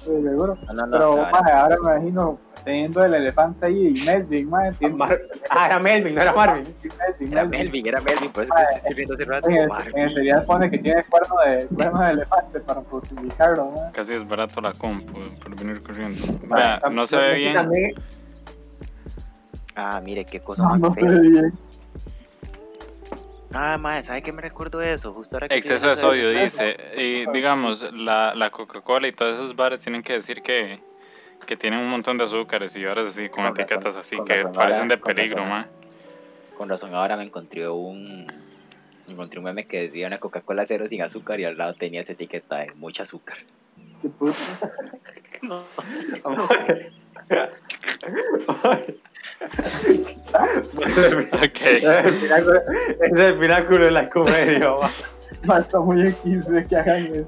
Speaker 4: seguro.
Speaker 3: No, no, no.
Speaker 4: Pero,
Speaker 3: no,
Speaker 4: mae, ahora me imagino teniendo el elefante ahí y Melvin, mae. tiene-
Speaker 1: Mar- Ah, era Melvin, no era Marvin.
Speaker 4: Melvin,
Speaker 3: Era
Speaker 4: Melvin.
Speaker 3: Melvin, era Melvin, por eso que estoy viendo hace rato.
Speaker 4: En el,
Speaker 3: Marvin.
Speaker 4: en el serial pone que tiene cuerno de, cuerno de elefante para justificarlo, mae.
Speaker 2: casi es barato la compu por venir corriendo.
Speaker 1: Ma,
Speaker 2: Vea, no se ve
Speaker 1: sé si
Speaker 2: bien.
Speaker 1: también-
Speaker 3: Ah, mire, qué cosa
Speaker 4: No,
Speaker 3: más
Speaker 4: no se
Speaker 3: fea.
Speaker 4: ve bien.
Speaker 3: Ah, madre, ¿sabe qué me recuerdo de eso? Justo ahora que estoy
Speaker 2: Exceso de
Speaker 3: hablando
Speaker 2: sodio, dice. Y digamos, la, la Coca-Cola y todos esos bares tienen que decir que, que tienen un montón de azúcares y ahora sí, con
Speaker 3: Con razón,
Speaker 2: etiquetas así
Speaker 3: con
Speaker 2: que
Speaker 3: razón,
Speaker 2: parecen
Speaker 3: ahora,
Speaker 2: de
Speaker 3: con
Speaker 2: peligro,
Speaker 3: razón.
Speaker 2: ma.
Speaker 3: Con razón, ahora me encontré un. me Encontré un meme que decía una Coca-Cola cero sin azúcar y al lado tenía esa etiqueta de mucha azúcar.
Speaker 4: Qué puto.
Speaker 2: Ok.
Speaker 1: Es el pináculo- es el pináculo de la comedia, ma.
Speaker 4: Mae, está muy X de que hagan eso.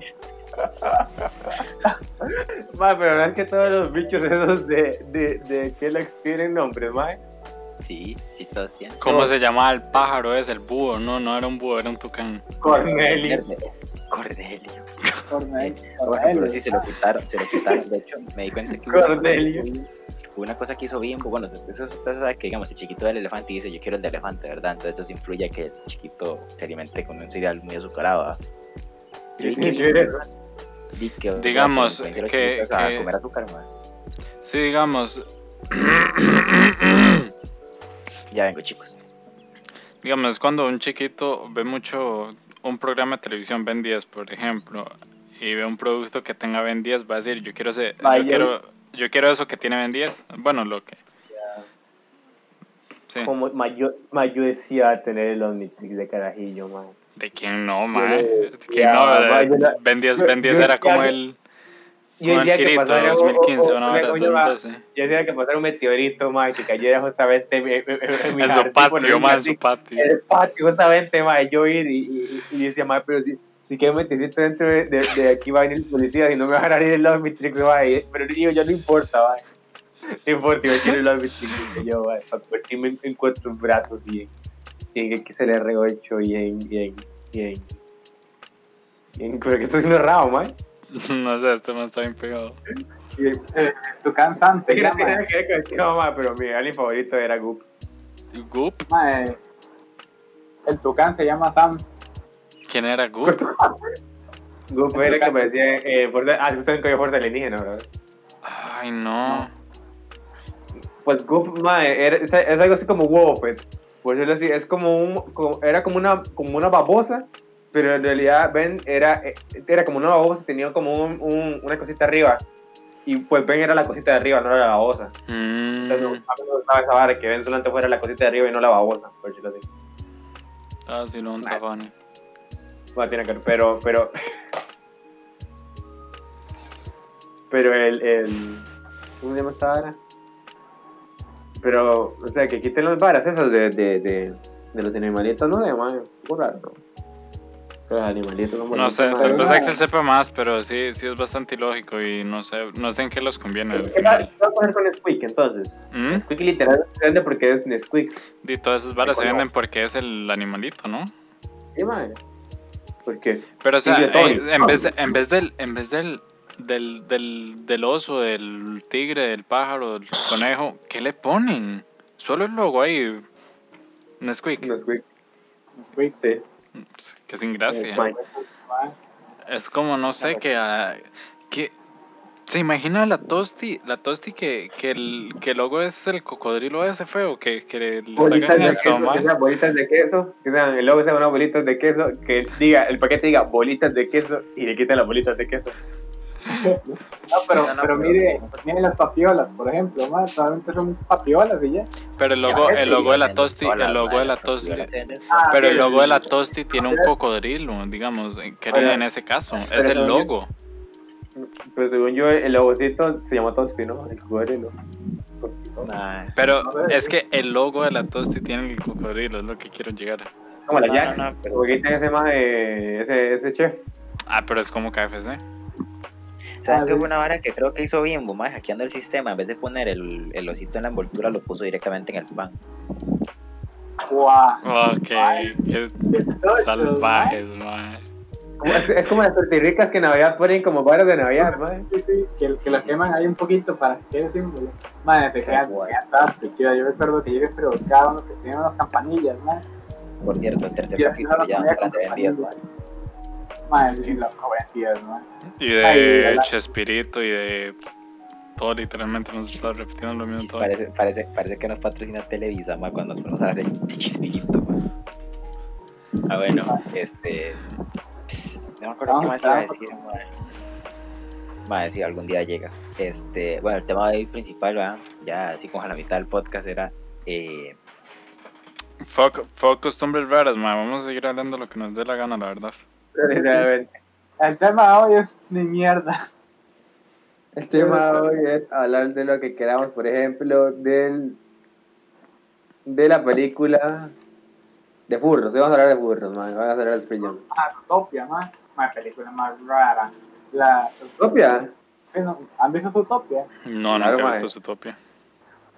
Speaker 1: Ma, pero no es que todos los bichos esos de, de, de Kellogg's tienen nombres, ¿eh? ma.
Speaker 3: Sí, sí, todos tienen.
Speaker 2: ¿Cómo
Speaker 1: No.
Speaker 2: se llamaba el pájaro? Es el búho. No, no era un búho, era un tucán.
Speaker 1: Cornelio.
Speaker 3: Cordelio.
Speaker 4: Cornelio.
Speaker 3: Bueno, pero sí,
Speaker 4: Cornelio.
Speaker 3: se lo quitaron, se lo quitaron. De hecho, me di cuenta que.
Speaker 1: Cordelio.
Speaker 3: Fue una cosa que hizo Bimbo, bueno, eso ustedes saben que, digamos, el chiquito del elefante dice, yo quiero el de elefante, ¿verdad? Entonces eso influye a que el chiquito se alimente con un cereal muy azucarado. ¿verdad?
Speaker 1: Sí,
Speaker 3: Y
Speaker 1: sí,
Speaker 3: que-
Speaker 1: sí, eres-
Speaker 3: y que, o sea,
Speaker 2: Digamos,
Speaker 3: que... influye a los
Speaker 2: que-
Speaker 3: chiquitos a
Speaker 2: que-
Speaker 3: comer azúcar, más.
Speaker 2: Sí, digamos.
Speaker 3: Ya vengo, chicos.
Speaker 2: digamos, es cuando un chiquito ve mucho un programa de televisión Ben 10, por ejemplo, y ve un producto que tenga Ben 10, va a decir, yo quiero ese, yo
Speaker 1: Mayor.
Speaker 2: quiero, yo quiero eso que tiene Ben 10. Bueno, lo que. Sí.
Speaker 1: Como Mayo, Mayo decía tener el Omnitrix de carajillo, ma.
Speaker 2: ¿De quién no,
Speaker 1: Yo
Speaker 2: mae?
Speaker 1: le-
Speaker 2: ¿De quién no?
Speaker 1: ya, ma, yo la-
Speaker 2: ben 10,
Speaker 1: yo-
Speaker 2: ben 10
Speaker 1: yo
Speaker 2: era como
Speaker 1: ya-
Speaker 2: el,
Speaker 1: Yo
Speaker 2: como el
Speaker 1: diría que
Speaker 2: Kirito de
Speaker 1: pasara o- o-
Speaker 2: 2015,
Speaker 1: o-
Speaker 2: una
Speaker 1: una
Speaker 2: hora,
Speaker 1: coño, ma,
Speaker 2: 2012.
Speaker 1: Yo diría que pasara un meteorito, ma, que cayera justamente en, en- en- en mi
Speaker 2: En
Speaker 1: jardín,
Speaker 2: su
Speaker 1: por decir
Speaker 2: patio, mae, en
Speaker 1: así.
Speaker 2: su patio.
Speaker 1: el patio, justamente, ma, yo ir y, y, y decía, ma, pero si, si quedo meterito dentro de, de, de aquí va a venir el policía y no me va a dejar ir el Omnitrix, ma, y- pero yo, yo no importa, ma. No importa, yo quiero el Omnitrix, y yo, ma, para convertirme en, en cuatro brazos y, y en XLR8 y en, y en, y en, y en, pero que estoy haciendo raro, ma.
Speaker 2: no sé, este me está bien pegado.
Speaker 1: Y en-
Speaker 4: Tu cantante,
Speaker 1: que
Speaker 4: ya,
Speaker 1: no tiene
Speaker 4: mae.
Speaker 1: nada que ver con el tema, ma, pero mi alien favorito era Goop.
Speaker 2: Goop,
Speaker 4: Mae, eh, El tucán se llama Sam.
Speaker 2: ¿quién era Goop?
Speaker 1: Pues, Goop era el que aparecía en eh, Fuerza- ah, usted nunca vio Fuerza Alienígena, ¿verdad?
Speaker 2: Ay, no.
Speaker 1: Pues Goop, mae, era- es, es algo así como Wopet. Por decirlo así, es como un. como- era como una, como una babosa, pero en realidad Ben era, eh, era como una babosa, tenía como un, un- una cosita arriba. Y pues Ben era la cosita de arriba, no era la babosa.
Speaker 2: Mm,
Speaker 1: Entonces, a mí me gustaba esa vara, que Ben solamente fuera la cosita de arriba y no la babosa, por decirlo así.
Speaker 2: ah, sí, lo un tapón.
Speaker 1: No tiene que ver, pero, pero. Pero el, el. ¿Cómo se llama esta vara? Pero, o sea, que quiten las varas esas de, de, de, de los animalitos, no de man, poco raro. ¿no? Que Los animalitos no
Speaker 2: No sé,
Speaker 1: molestan,
Speaker 2: tal vez
Speaker 1: ¿no?
Speaker 2: Axel sepa más, pero sí, sí es bastante ilógico y no sé, no sé en qué los conviene. al
Speaker 1: ¿Qué tal?
Speaker 2: final.
Speaker 1: ¿Qué va a pasar con Squeak entonces?
Speaker 2: ¿Mm?
Speaker 1: Squeak literalmente se vende porque es Nesquik.
Speaker 2: Y todas esas varas se
Speaker 1: Bueno.
Speaker 2: venden porque es el animalito, ¿no?
Speaker 1: Sí, madre. Porque
Speaker 2: Pero o sea,
Speaker 1: Sí, de
Speaker 2: eh,
Speaker 1: Tony.
Speaker 2: en vez de- en vez del en vez del del, del del oso, del tigre, del pájaro, del conejo, ¿qué le ponen? Solo el logo ahí. Nesquik,
Speaker 1: Nesquik. Nesquik, sí.
Speaker 2: que sin
Speaker 1: Eh,
Speaker 2: gracia.
Speaker 1: mae.
Speaker 2: Es como, no sé, que, ah, que se imagina la Tosti, la Tosti que, que el que el logo es el cocodrilo ese feo, que, que le, le
Speaker 1: bolitas
Speaker 2: sacan
Speaker 1: de
Speaker 2: el
Speaker 1: queso, que
Speaker 2: somal.
Speaker 1: sean bolitas de queso, que sean, el logo sea unas bolitas de queso, que diga, el paquete diga bolitas de queso y le quitan las bolitas de queso.
Speaker 4: No, pero,
Speaker 3: No,
Speaker 4: pero
Speaker 3: no, pero-
Speaker 4: mire, mire las papiolas, por ejemplo, mae, solamente son papiolas y ya.
Speaker 2: Pero el logo, el logo de la Tosti, el logo de la Tosti,
Speaker 1: Ah,
Speaker 2: pero el logo de la Tosti tiene un cocodrilo, digamos, en- que
Speaker 1: Pero-
Speaker 2: en ese caso, es
Speaker 1: pero
Speaker 2: el
Speaker 1: también-
Speaker 2: logo.
Speaker 1: Pero según yo, el logocito se llama Tosti, ¿no? El cocodrilo.
Speaker 3: Nah,
Speaker 2: Pero es que el logo de la Tosti tiene el cocodrilo, es lo que quiero llegar.
Speaker 1: Como la
Speaker 2: No,
Speaker 1: Jack.
Speaker 2: no, no, pero-
Speaker 1: Porque ahí tiene ese más de ese, ese chef.
Speaker 2: Ah, pero es como KFC.
Speaker 4: Ah,
Speaker 3: ¿Saben que
Speaker 4: sí.
Speaker 3: hubo una vara que creo que hizo Bimbo, más hackeando el sistema? En vez de poner el, el osito en la envoltura, lo puso directamente en el pan.
Speaker 4: Guau.
Speaker 2: Ok,
Speaker 4: Ay.
Speaker 2: qué
Speaker 4: Qué tocho,
Speaker 2: salvajes, mae.
Speaker 1: Como- Es, es como las tortirricas que en Navidad ponen como varas de Navidad, mae.
Speaker 4: Sí, sí, que, que lo queman ahí un poquito para que quede símbolo. Madre, te quedan
Speaker 3: guay.
Speaker 4: fantástico, chido. Yo recuerdo que llegué provocado, que tenía unas campanillas, ¿no?
Speaker 3: Por cierto, el tercer
Speaker 4: Y así no
Speaker 3: capítulo
Speaker 4: las comía
Speaker 3: ya
Speaker 4: con
Speaker 3: no de envíos,
Speaker 4: campanillas. Madre, sí, las comías, ¿no?
Speaker 2: Y
Speaker 4: Ay,
Speaker 2: de
Speaker 4: la-
Speaker 2: Chespirito y de todo, literalmente nos está repitiendo lo mismo todo.
Speaker 3: Parece, parece, parece que nos patrocina Televisa, ma, cuando nos ponemos a hablar de Chispirito, ma. Ah, bueno, este... No me acuerdo qué
Speaker 4: Vamos,
Speaker 3: más iba a
Speaker 4: vamos.
Speaker 3: decir, ma. Ma, si algún día llega. Este, bueno, el tema hoy principal, ¿verdad? ya así como a la mitad del podcast, era... Eh,
Speaker 2: Fuck, fuck costumbres raras, mae. Vamos a seguir hablando lo que nos dé la gana, la verdad.
Speaker 1: Literalmente.
Speaker 4: El tema de hoy es ni mierda.
Speaker 1: El
Speaker 2: Este
Speaker 1: tema de hoy es hablar de lo que queramos, por ejemplo, del de la película de furros. Hoy vamos a hablar de furros, man. Vamos a hablar de Space Jam.
Speaker 4: Utopia, más. Más película más rara. La,
Speaker 1: ¿Copia?
Speaker 4: Sí, no, ¿Han visto Utopia?
Speaker 2: No,
Speaker 1: Claro,
Speaker 2: nunca he
Speaker 1: mae.
Speaker 2: visto Zootopia.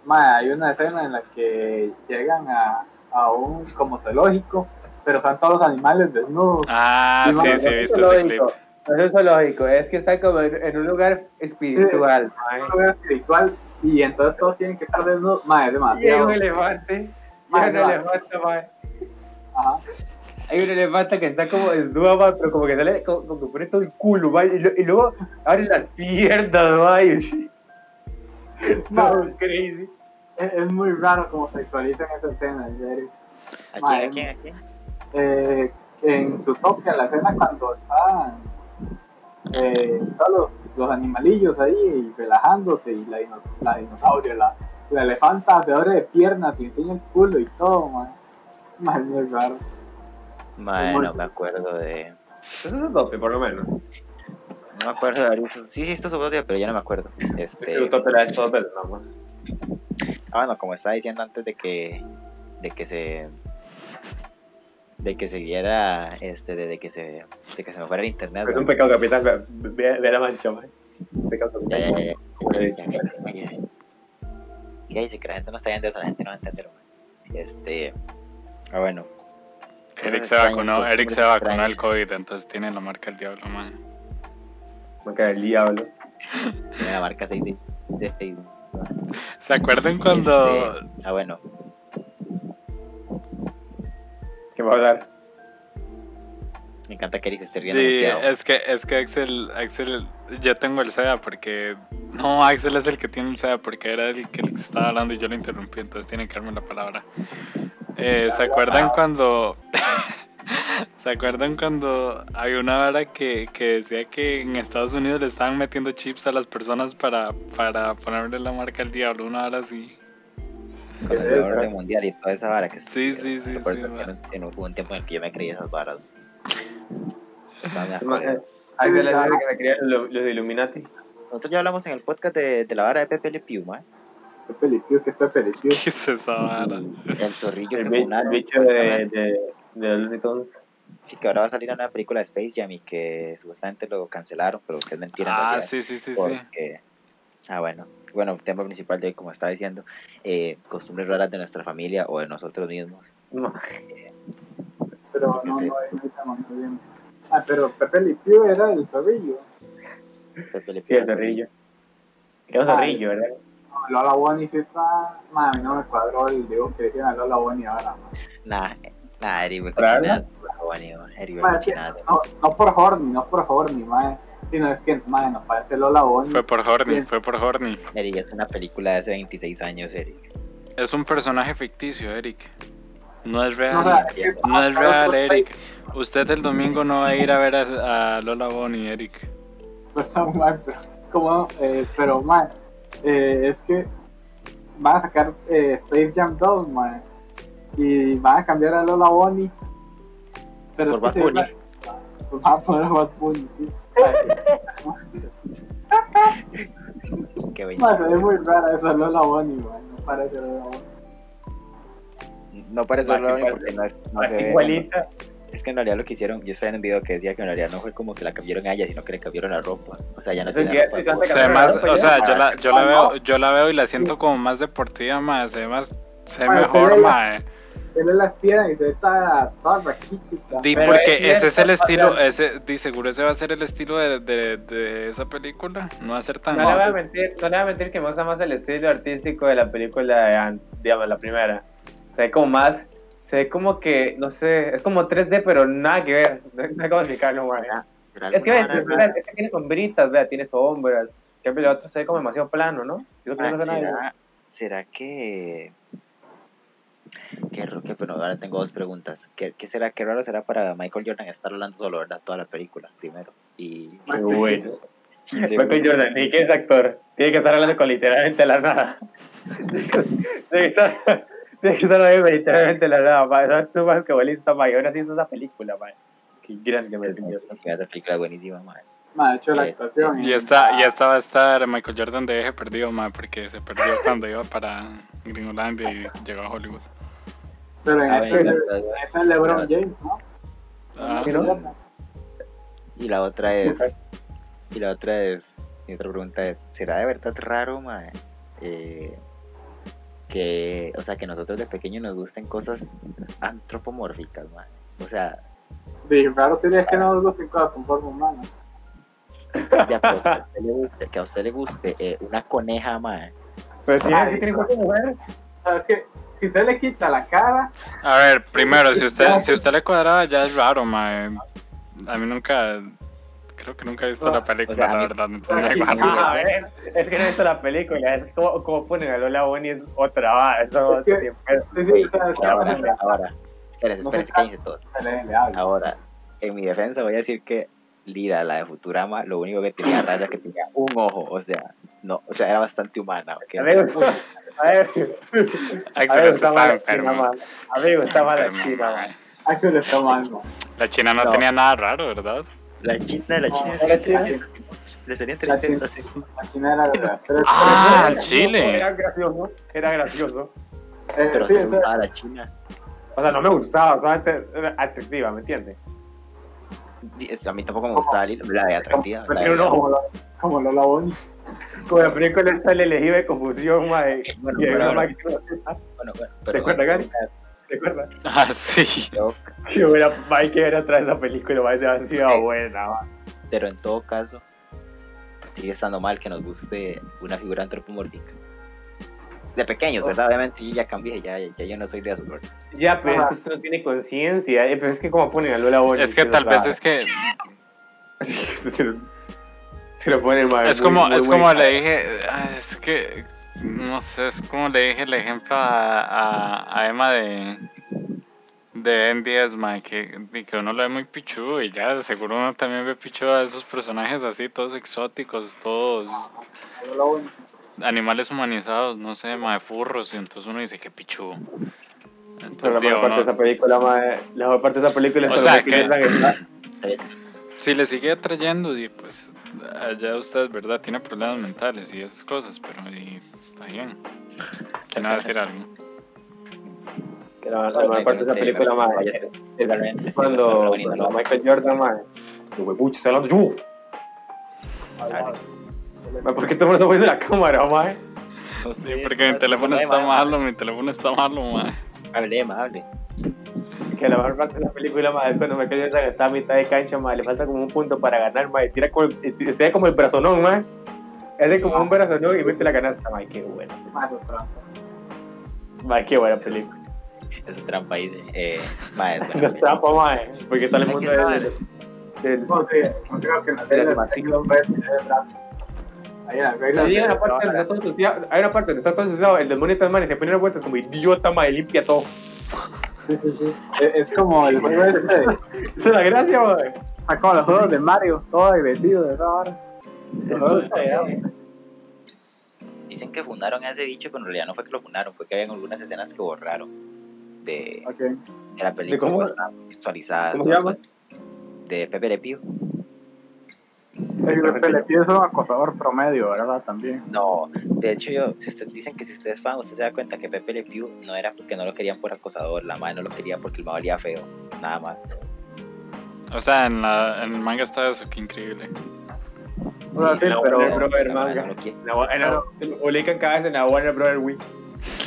Speaker 4: Madre, hay una escena en la que llegan a, a un como zoológico, pero están todos los animales desnudos.
Speaker 2: Ah,
Speaker 4: Sí,
Speaker 2: sí,
Speaker 4: mae,
Speaker 2: sí, he
Speaker 1: eso
Speaker 2: visto ese clip.
Speaker 1: lógico. Eso es lógico, es que está como en, en un lugar espiritual, man.
Speaker 4: un lugar espiritual y entonces todos tienen que estar desnudos. Madre, es
Speaker 1: Llega
Speaker 4: demasiado.
Speaker 1: un elefante,
Speaker 4: Man,
Speaker 1: llega un
Speaker 4: man.
Speaker 1: elefante, man.
Speaker 4: Ajá.
Speaker 1: Hay un elefante que está como desnudo, man, pero como que sale, como, como que pone todo el culo, man, y, lo- y luego abre las piernas, man. No,
Speaker 4: Man.
Speaker 1: crazy.
Speaker 4: Es, es muy raro como sexualizan esa escena, en serio.
Speaker 3: ¿A
Speaker 4: Madre
Speaker 3: quién, a quién, a quién?
Speaker 4: Eh, en Zootopia, la escena cuando están eh, todos los, los animalillos ahí y relajándose y la, dino- la dinosaurio, la, la elefanta se abre de piernas y enseña el culo y todo, man. Man, muy raro.
Speaker 3: Ma,
Speaker 4: Humor.
Speaker 3: no me acuerdo de...
Speaker 1: Eso es un tope, por lo menos.
Speaker 3: No me acuerdo de haber visto- Sí, sí, esto es Zootopia, pero ya no me acuerdo. Este...
Speaker 1: era todo, pero no más.
Speaker 3: Ah, bueno, como estaba diciendo antes de que de que se de que siguiera este de, de que se de que se me fuera el internet.
Speaker 1: Es un
Speaker 3: ¿verdad?
Speaker 1: pecado capital, ve- ve, ve la mancha, man. Pecado
Speaker 3: Ya, ya,
Speaker 1: capital.
Speaker 3: ya, ya. Bueno, ya, ya, ya, ya, ya. ¿Qué dice que la gente no está viendo eso? La gente no va a entender. man. Este, ah bueno.
Speaker 2: Eric se
Speaker 3: Extraño,
Speaker 2: vacunó,
Speaker 3: pues,
Speaker 2: Eric se
Speaker 3: extraño.
Speaker 2: vacunó al COVID, entonces tiene la marca del diablo, mae.
Speaker 1: Me cae el diablo.
Speaker 3: Tiene la marca 6 de, de Facebook.
Speaker 2: ¿Se acuerdan cuando
Speaker 3: Este, ah bueno.
Speaker 1: ¿Qué va a hablar?
Speaker 3: Me encanta que Eric se esté riendo.
Speaker 2: Sí,
Speaker 3: demasiado.
Speaker 2: es que, es que Axel, Axel, yo tengo el SEA porque, no, Axel es el que tiene el SEA porque era el que estaba hablando y yo lo interrumpí, entonces tiene que darme la palabra. Eh, ¿Se acuerdan cuando, se acuerdan cuando había una vara que, que decía que en Estados Unidos le estaban metiendo chips a las personas para, para ponerle la marca al diablo, una vara así?
Speaker 3: Con el orden mundial y toda esa vara que
Speaker 2: Sí, sí, sí,
Speaker 3: Recuerdo
Speaker 2: sí,
Speaker 3: que
Speaker 2: va.
Speaker 3: en, un- en un, hubo un tiempo en el que yo me creí esas varas. No me
Speaker 1: Ma-
Speaker 3: acuerdo.
Speaker 1: Ahí ve la serie que me crearon los, los Illuminati.
Speaker 3: Nosotros ya hablamos en el podcast de, de la vara de Pepe Le Pew, ma.
Speaker 4: Qué feliz, que está feliz.
Speaker 2: ¿Qué es esa vara?
Speaker 3: El zorrillo
Speaker 1: El
Speaker 3: que
Speaker 1: bicho, el
Speaker 3: funaron,
Speaker 1: bicho de,
Speaker 3: supuestamente.
Speaker 1: de, de los Looney Tunes.
Speaker 3: Sí, que ahora va a salir una película de Space Jam y que supuestamente lo cancelaron, pero que es mentira. en
Speaker 2: Ah,
Speaker 3: realidad,
Speaker 2: sí, sí, sí, sí.
Speaker 3: porque- Ah, bueno. Bueno, el tema principal de hoy, como estaba diciendo, eh, costumbres raras de nuestra familia o de nosotros mismos.
Speaker 1: Ma,
Speaker 4: Pero no, no, no estamos muy bien. Ah, pero Pepe Lipiu era el zorrillo.
Speaker 3: Pepe Le
Speaker 1: Sí,
Speaker 3: Pew.
Speaker 1: el zorrillo. Era un
Speaker 4: Ah,
Speaker 1: zorrillo, ¿verdad?
Speaker 4: No, Lola Bonnie sí está... Man, a mí no me cuadró el dibujo que le hicieron a Lola Bonnie ahora, man.
Speaker 3: Nah, nah, Eri, güey,
Speaker 1: Claro.
Speaker 3: cochinadas, bueno, Eri, güey,
Speaker 4: Madre,
Speaker 3: cochinadas.
Speaker 4: No, no por horny, no por horny, madre. Sino es que, madre, nos parece Lola Bonnie.
Speaker 2: Fue por Horny,
Speaker 4: Bien.
Speaker 2: fue por Horny.
Speaker 3: Eri, es una película de hace 26 años, Eri.
Speaker 2: Es un personaje ficticio, Eric. No es
Speaker 4: No, o sea,
Speaker 2: real.
Speaker 4: es que-
Speaker 2: No es
Speaker 4: ah,
Speaker 2: real,
Speaker 4: otro
Speaker 2: Eric. Usted el domingo no va a ir a ver a, a Lola Bonnie, Eric.
Speaker 4: país, no, madre, pero, como, eh, pero, madre, eh, es que van a sacar eh, Space Jam 2, madre. Y van a cambiar a Lola Bonnie. Pero
Speaker 3: Por
Speaker 4: es que
Speaker 3: Bad
Speaker 4: se llama- Va a poner Bad Bunny, sí.
Speaker 3: Qué
Speaker 4: Madre, se ve
Speaker 3: bello.
Speaker 4: muy rara esa Lola Bonnie, madre. No parece Lola Bonnie.
Speaker 3: No parece
Speaker 1: Más
Speaker 3: erróneo
Speaker 1: igual-
Speaker 3: porque no es. no
Speaker 1: Más
Speaker 3: se ve,
Speaker 1: igualita.
Speaker 3: no. Es que en realidad lo que hicieron, yo estaba en un video que decía que en realidad no fue como que la cambiaron a ella, sino que le cambiaron la ropa. O sea, ya no
Speaker 1: Eso
Speaker 3: tenía
Speaker 1: ya
Speaker 3: ropa.
Speaker 1: se está
Speaker 3: O sea,
Speaker 1: cambiando
Speaker 2: Además,
Speaker 1: la ropa
Speaker 2: o
Speaker 1: ya.
Speaker 2: sea, yo la, yo la
Speaker 1: Ah,
Speaker 2: veo,
Speaker 1: no.
Speaker 2: yo la veo y la siento como más deportiva, más, además se ve
Speaker 4: Bueno,
Speaker 2: mejor,
Speaker 4: pero-
Speaker 2: mae.
Speaker 4: Él es la piedras y se está toda raquítica.
Speaker 2: Di,
Speaker 1: pero es
Speaker 2: porque
Speaker 1: que
Speaker 2: ese es el
Speaker 1: esta-
Speaker 2: estilo, ese, di, seguro ese va a ser el estilo de, de, de esa película, no va a ser tan
Speaker 1: No le voy a
Speaker 2: no,
Speaker 1: mentir, no le voy a mentir que me gusta más el estilo artístico de la película de Ant, digamos, la primera. Se ve como más, se ve como que, no sé, es como 3D, pero nada que ver. No, no sé cómo explicarlo, man.
Speaker 3: era
Speaker 1: Es que,
Speaker 3: alguna
Speaker 1: ve,
Speaker 3: vara
Speaker 1: mira, este tiene sombritas, vea, tiene sombras. En Cambio, el otro se ve como demasiado plano, ¿no? Yo creo que no
Speaker 3: Ah,
Speaker 1: sé nada.
Speaker 3: ¿será, será que.? Qué raro, que pero ahora tengo dos preguntas. ¿Qué, qué será? Qué raro será para Michael Jordan estar hablando solo, ¿verdad? Toda la película, primero. Y.
Speaker 1: Qué bueno.
Speaker 3: y segundo-
Speaker 1: Michael Jordan, ni que es actor. Tiene que estar hablando con literalmente la nada. Tiene que estar, tiene que estar hablando con literalmente la nada, man. Eso es tu basquetbolista, man. Y ahora sí es esa película, man. Qué grande que me rindió.
Speaker 3: Esa película es buenísima, madre.
Speaker 4: Ma, de hecho, la
Speaker 3: Sí.
Speaker 4: actuación.
Speaker 2: y esta, y esta va a estar Michael Jordan de eje perdido, mae, porque se perdió cuando iba para Gringolandia y llegó a Hollywood.
Speaker 4: Pero en
Speaker 3: Ah,
Speaker 4: este
Speaker 3: venga,
Speaker 4: en este es LeBron James, ¿no?
Speaker 2: Ah,
Speaker 1: ¿Sí, no?
Speaker 3: Y la otra es. Y la otra es. Mi otra pregunta es: ¿será de verdad raro, mae? Eh, que. O sea, que nosotros de pequeños nos gusten cosas antropomórficas, mae. O sea,
Speaker 4: Dije, claro, sería que no lo hacen cosas con forma humana.
Speaker 3: ya, pero que, a usted le guste, que a usted le guste eh, una coneja, mae.
Speaker 1: Pero si
Speaker 4: Ay,
Speaker 1: es que tiene cuerpo de mujer.
Speaker 4: ¿Sabes qué? Si usted le quita la cara,
Speaker 2: A ver, primero, si usted, si usted le cuadraba ya es raro, mae. A mí nunca, creo que nunca he visto
Speaker 1: Ah,
Speaker 2: la película,
Speaker 3: a
Speaker 2: la
Speaker 3: mí-
Speaker 2: verdad, entonces
Speaker 1: pues, Sí,
Speaker 2: igual.
Speaker 1: ah, a ver, es que no he visto la película, es como, como ponen a Lola Bonnie es otra, va, eso no
Speaker 4: Es que-
Speaker 1: hace tiempo. Es-
Speaker 4: sí, sí, o sea, está
Speaker 3: Ahora,
Speaker 4: más
Speaker 3: ahora, ahora. Espérense,
Speaker 4: No
Speaker 3: espérense,
Speaker 4: sé.
Speaker 3: cállense todos.
Speaker 4: le habla.
Speaker 3: Ahora, en mi defensa voy a decir que Lira, la de Futurama, lo único que tenía raya es que tenía un ojo, o sea, no, o sea, era bastante humana. ¿ok?
Speaker 1: Amigos, a ver, a ver,
Speaker 2: Axel, usted
Speaker 1: está
Speaker 2: está
Speaker 1: mal la china,
Speaker 2: enfermo.
Speaker 1: man. Amigo, está mal la
Speaker 2: Enfermo,
Speaker 1: china, man.
Speaker 2: mae.
Speaker 4: Axel está mal, ¿no?
Speaker 2: La china no,
Speaker 3: No.
Speaker 2: tenía nada raro, ¿verdad?
Speaker 3: La china, la china,
Speaker 1: ¿era china?
Speaker 3: le sería
Speaker 4: La
Speaker 3: interesante.
Speaker 4: china,
Speaker 3: no sé.
Speaker 4: la china era de las tres.
Speaker 2: Ah,
Speaker 1: Pero
Speaker 2: al chile.
Speaker 1: Era gracioso, era gracioso.
Speaker 4: Eh,
Speaker 3: Pero
Speaker 4: sí,
Speaker 3: se
Speaker 4: o sea,
Speaker 3: gustaba la china.
Speaker 1: O sea, no me gustaba, solamente era atractiva, ¿me entiendes?
Speaker 3: Y es- A mí tampoco me gustaba Lira, la de atractiva.
Speaker 1: Pero
Speaker 3: la
Speaker 1: tiene
Speaker 3: de-
Speaker 1: un ojo.
Speaker 4: como, lo, como Lola Bonnie.
Speaker 1: Como la película está el elegido de confusión, man. y-
Speaker 3: Bueno,
Speaker 1: y era
Speaker 3: bueno,
Speaker 1: una
Speaker 3: bueno.
Speaker 1: máquina,
Speaker 3: Bueno, bueno, pero-
Speaker 1: acuerdas, Gary? ¿Te acuerdas?
Speaker 2: Ah, sí.
Speaker 3: Pero-
Speaker 1: Que hubiera, man, que hubiera traído esa película, man, se hubiera sido
Speaker 3: Sí.
Speaker 1: buena, man.
Speaker 3: Pero en todo caso, sigue estando mal que nos guste una figura antropomórfica. De pequeños, ¿verdad? Obviamente yo ya cambié, ya, ya yo no soy de azul.
Speaker 1: Ya, pero es
Speaker 4: Ajá.
Speaker 1: que usted no tiene conciencia. eh, Pero es que como ponen a Lola Bonnie.
Speaker 2: Es que tal vez es que
Speaker 1: que. Se lo ponen mal.
Speaker 2: es como es como le dije, ah, es que no sé, es como le dije el ejemplo a, a, a Emma de de N10, mae, que, y que uno lo ve muy pichudo y ya, de seguro uno también ve pichudo a esos personajes así, todos exóticos, todos
Speaker 4: Lola Bonnie.
Speaker 2: animales humanizados, no sé, mae, furros, y entonces uno dice que pichudo. Entonces,
Speaker 1: Pero la
Speaker 2: digo,
Speaker 1: mejor parte
Speaker 2: no,
Speaker 1: de esa película, mae, la mejor parte de esa película es
Speaker 2: O
Speaker 1: solo
Speaker 2: sea,
Speaker 1: Michael
Speaker 2: que-
Speaker 1: Jordan está-
Speaker 2: si le sigue atrayendo, y pues allá usted, ¿verdad? Tiene problemas mentales y esas cosas, pero y, está bien. ¿Quién va a decir algo?
Speaker 1: que la- la mejor parte de esa película, mae, es- es cuando cuando Michael Jordan, mae, que huepucha, está hablando yo. Mae, ¿Por qué todo el mundo se de la cámara, mae?
Speaker 2: Sí, porque mi teléfono está malo, mi teléfono está malo, man.
Speaker 3: Hable, ma, hable.
Speaker 1: Que la mejor parte de la película, mae, es cuando Michael Jordan está a mitad de cancha, mae, le falta como un punto para ganar, mae, tira como, el- tira como el brazonón, mae. Hace como un brazonón y mete la canasta, mae, qué buena.
Speaker 4: Más otra.
Speaker 1: Mae, qué buena película.
Speaker 3: Es trampa ahí. Eh, maestra.
Speaker 1: No trampa, mae, porque sale mucho del... del
Speaker 4: No sé, no creo que en la serie de Mateo López de brazos. Ahí en la regla.
Speaker 1: Hay una parte donde está todo ensuciado, hay una parte donde está todo ensuciado, el demonio está mal y se pone una vuelta como idiota, mae, limpia todo.
Speaker 4: Sí, sí, sí. Es, es como el juego este.
Speaker 1: Esa es la gracia, mae.
Speaker 4: Es como los juegos de Mario, todo agresivo, de esa hora.
Speaker 3: Dicen que fundaron a ese bicho, pero en realidad no fue que lo fundaron, fue que habían algunas escenas que borraron de,
Speaker 4: Ok.
Speaker 3: de la película.
Speaker 1: cómo?
Speaker 3: pues, estaban Sexualizadas.
Speaker 1: ¿Cómo se llama?
Speaker 3: De Pepe Le Pew.
Speaker 4: Es que le pides un acosador promedio, ¿verdad? También.
Speaker 3: No, De hecho, yo, si ustedes dicen que si ustedes es fan, usted se da cuenta que Pepe Le Pew no era porque no lo querían por acosador, la madre no lo quería porque el mae olía feo, nada más.
Speaker 2: O sea, en, la, en el manga está eso, qué increíble.
Speaker 4: Bueno, sí,
Speaker 1: no,
Speaker 4: pero,
Speaker 1: no,
Speaker 4: pero,
Speaker 1: no. brother,
Speaker 3: la mae
Speaker 1: manga.
Speaker 3: no lo quiere.
Speaker 1: En la- en la- Publican cada vez en la Warner Brother Week.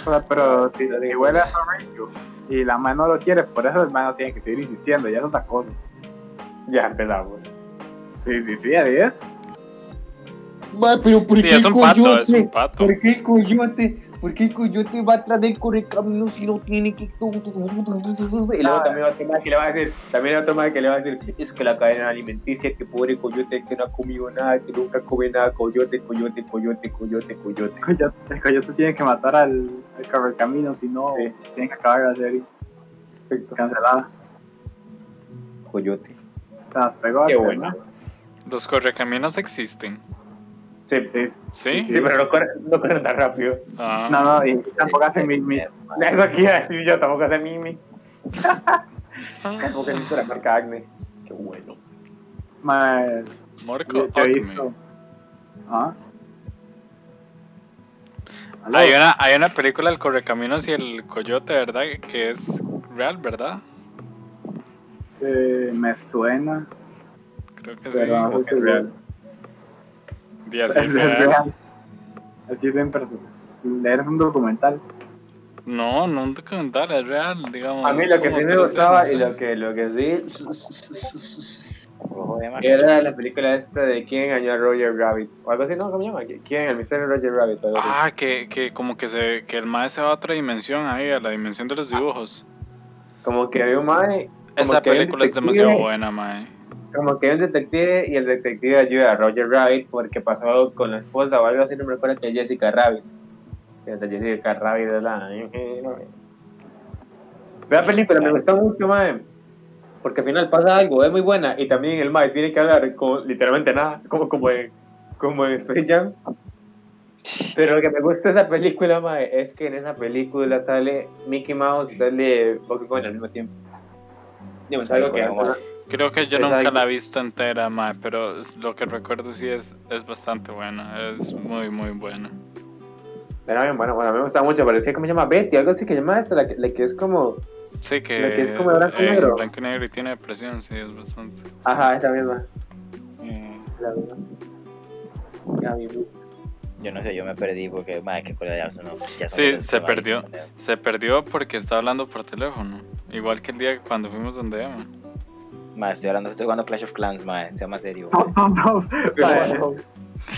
Speaker 1: Ah,
Speaker 4: pero si, si huele a Sorrento y la mano lo quiere, por eso el mano tiene que seguir insistiendo, ya es otra cosa.
Speaker 1: Ya empezamos.
Speaker 4: Sí, sí, sí, así es.
Speaker 5: Mae, pero ¿por
Speaker 2: Sí,
Speaker 5: qué
Speaker 2: es un pato, es
Speaker 5: coyote?
Speaker 2: un pato.
Speaker 5: ¿Por qué el coyote? ¿Por qué el coyote va atrás del correcaminos si no tiene que.?
Speaker 1: Y luego también otro más que le va a decir, también otro más que le va a decir, es que la cadena alimenticia, que pobre coyote que no ha comido nada, que nunca come nada, coyote, coyote, coyote, coyote, coyote.
Speaker 4: Coyote- El coyote tiene que matar al, al cabalcamino, si no,
Speaker 1: Sí.
Speaker 4: tiene que acabar la serie. Cancelada.
Speaker 1: Coyote.
Speaker 4: Se las pegó
Speaker 1: Qué
Speaker 4: al-
Speaker 1: bueno.
Speaker 2: Los correcaminos existen.
Speaker 1: Sí, sí,
Speaker 4: Sí.
Speaker 2: ¿Sí?
Speaker 1: sí, pero no corren, no corren tan rápido.
Speaker 2: Ah.
Speaker 4: No, no, y tampoco hace mil mil.
Speaker 1: Eso aquí iba a decir yo, tampoco hace mimi. Tampoco es la marca Acne. Qué bueno.
Speaker 4: Mae,
Speaker 2: Marco
Speaker 4: yo, yo he
Speaker 2: Acme.
Speaker 4: visto. ¿Ah? Aló.
Speaker 2: Hay una, hay una película, El Correcaminos y el Coyote, ¿verdad? Que es real, ¿verdad?
Speaker 4: Eh, me suena,
Speaker 2: Creo que
Speaker 4: pero no
Speaker 2: sí.
Speaker 4: sé si es real.
Speaker 2: Día sí,
Speaker 4: Es
Speaker 2: real.
Speaker 4: real. Así siempre leer un documental.
Speaker 2: No, no un documental, es real, digamos.
Speaker 1: A mí lo que
Speaker 2: Como
Speaker 1: sí me
Speaker 2: tres
Speaker 1: gustaba
Speaker 2: años,
Speaker 1: y
Speaker 2: ¿no?
Speaker 1: lo que, lo que sí
Speaker 3: Ojo de marca.
Speaker 1: era la película esta de quién engañó a Roger Rabbit o algo así, no, ¿cómo se llama? ¿Quién? El misterio de Roger Rabbit. o algo así.
Speaker 2: Ah, que, que como que se que el maestro se va a otra dimensión ahí, a la dimensión de los dibujos.
Speaker 1: Como que había un mae, Ah, como
Speaker 2: Esa
Speaker 1: que hay un
Speaker 2: película es
Speaker 1: detective,
Speaker 2: demasiado buena, mae.
Speaker 1: Como que hay un detective y el detective ayuda a Roger Rabbit porque pasó algo con la esposa o algo así, no me recuerdo que es Jessica Rabbit. Que es de Jessica Rabbit es la. Vea película, me gustó mucho, mae. Porque al final pasa algo, es muy buena. Y también el mae tiene que hablar con literalmente nada, como, como, en, como en Space Jam. Pero lo que me gusta de esa película, mae, es que en esa película sale Mickey Mouse y sale Pokémon al mismo tiempo. Digamos, algo que.
Speaker 3: Pokémon.
Speaker 2: Creo que yo
Speaker 1: Esa
Speaker 2: nunca
Speaker 1: hay-
Speaker 2: la he visto entera, mae, pero es- lo que recuerdo sí es, es bastante buena, es muy, muy buena.
Speaker 1: Era bien bueno, bueno, a mí me gustaba mucho, parecía como se llama Betty, algo así que se llama esta, la que, la que es como...
Speaker 2: Sí, que,
Speaker 1: La que es como de blanco y
Speaker 2: eh,
Speaker 1: negro.
Speaker 2: blanco y negro y tiene depresión, sí, es bastante.
Speaker 1: Ajá, esa misma.
Speaker 3: Mm,
Speaker 1: La misma. Ya, mi-
Speaker 3: Yo no sé, yo me perdí porque, madre, que colega ya son. ya son
Speaker 2: Sí,
Speaker 3: los-
Speaker 2: se
Speaker 3: madre,
Speaker 2: perdió.
Speaker 3: madre.
Speaker 2: Se perdió porque está hablando por teléfono, igual que el día cuando fuimos donde Emma.
Speaker 3: Madre, estoy hablando, estoy jugando Clash of Clans, madre, sea más serio.
Speaker 1: Ah.
Speaker 4: No, no, no. Mae,
Speaker 1: Pero-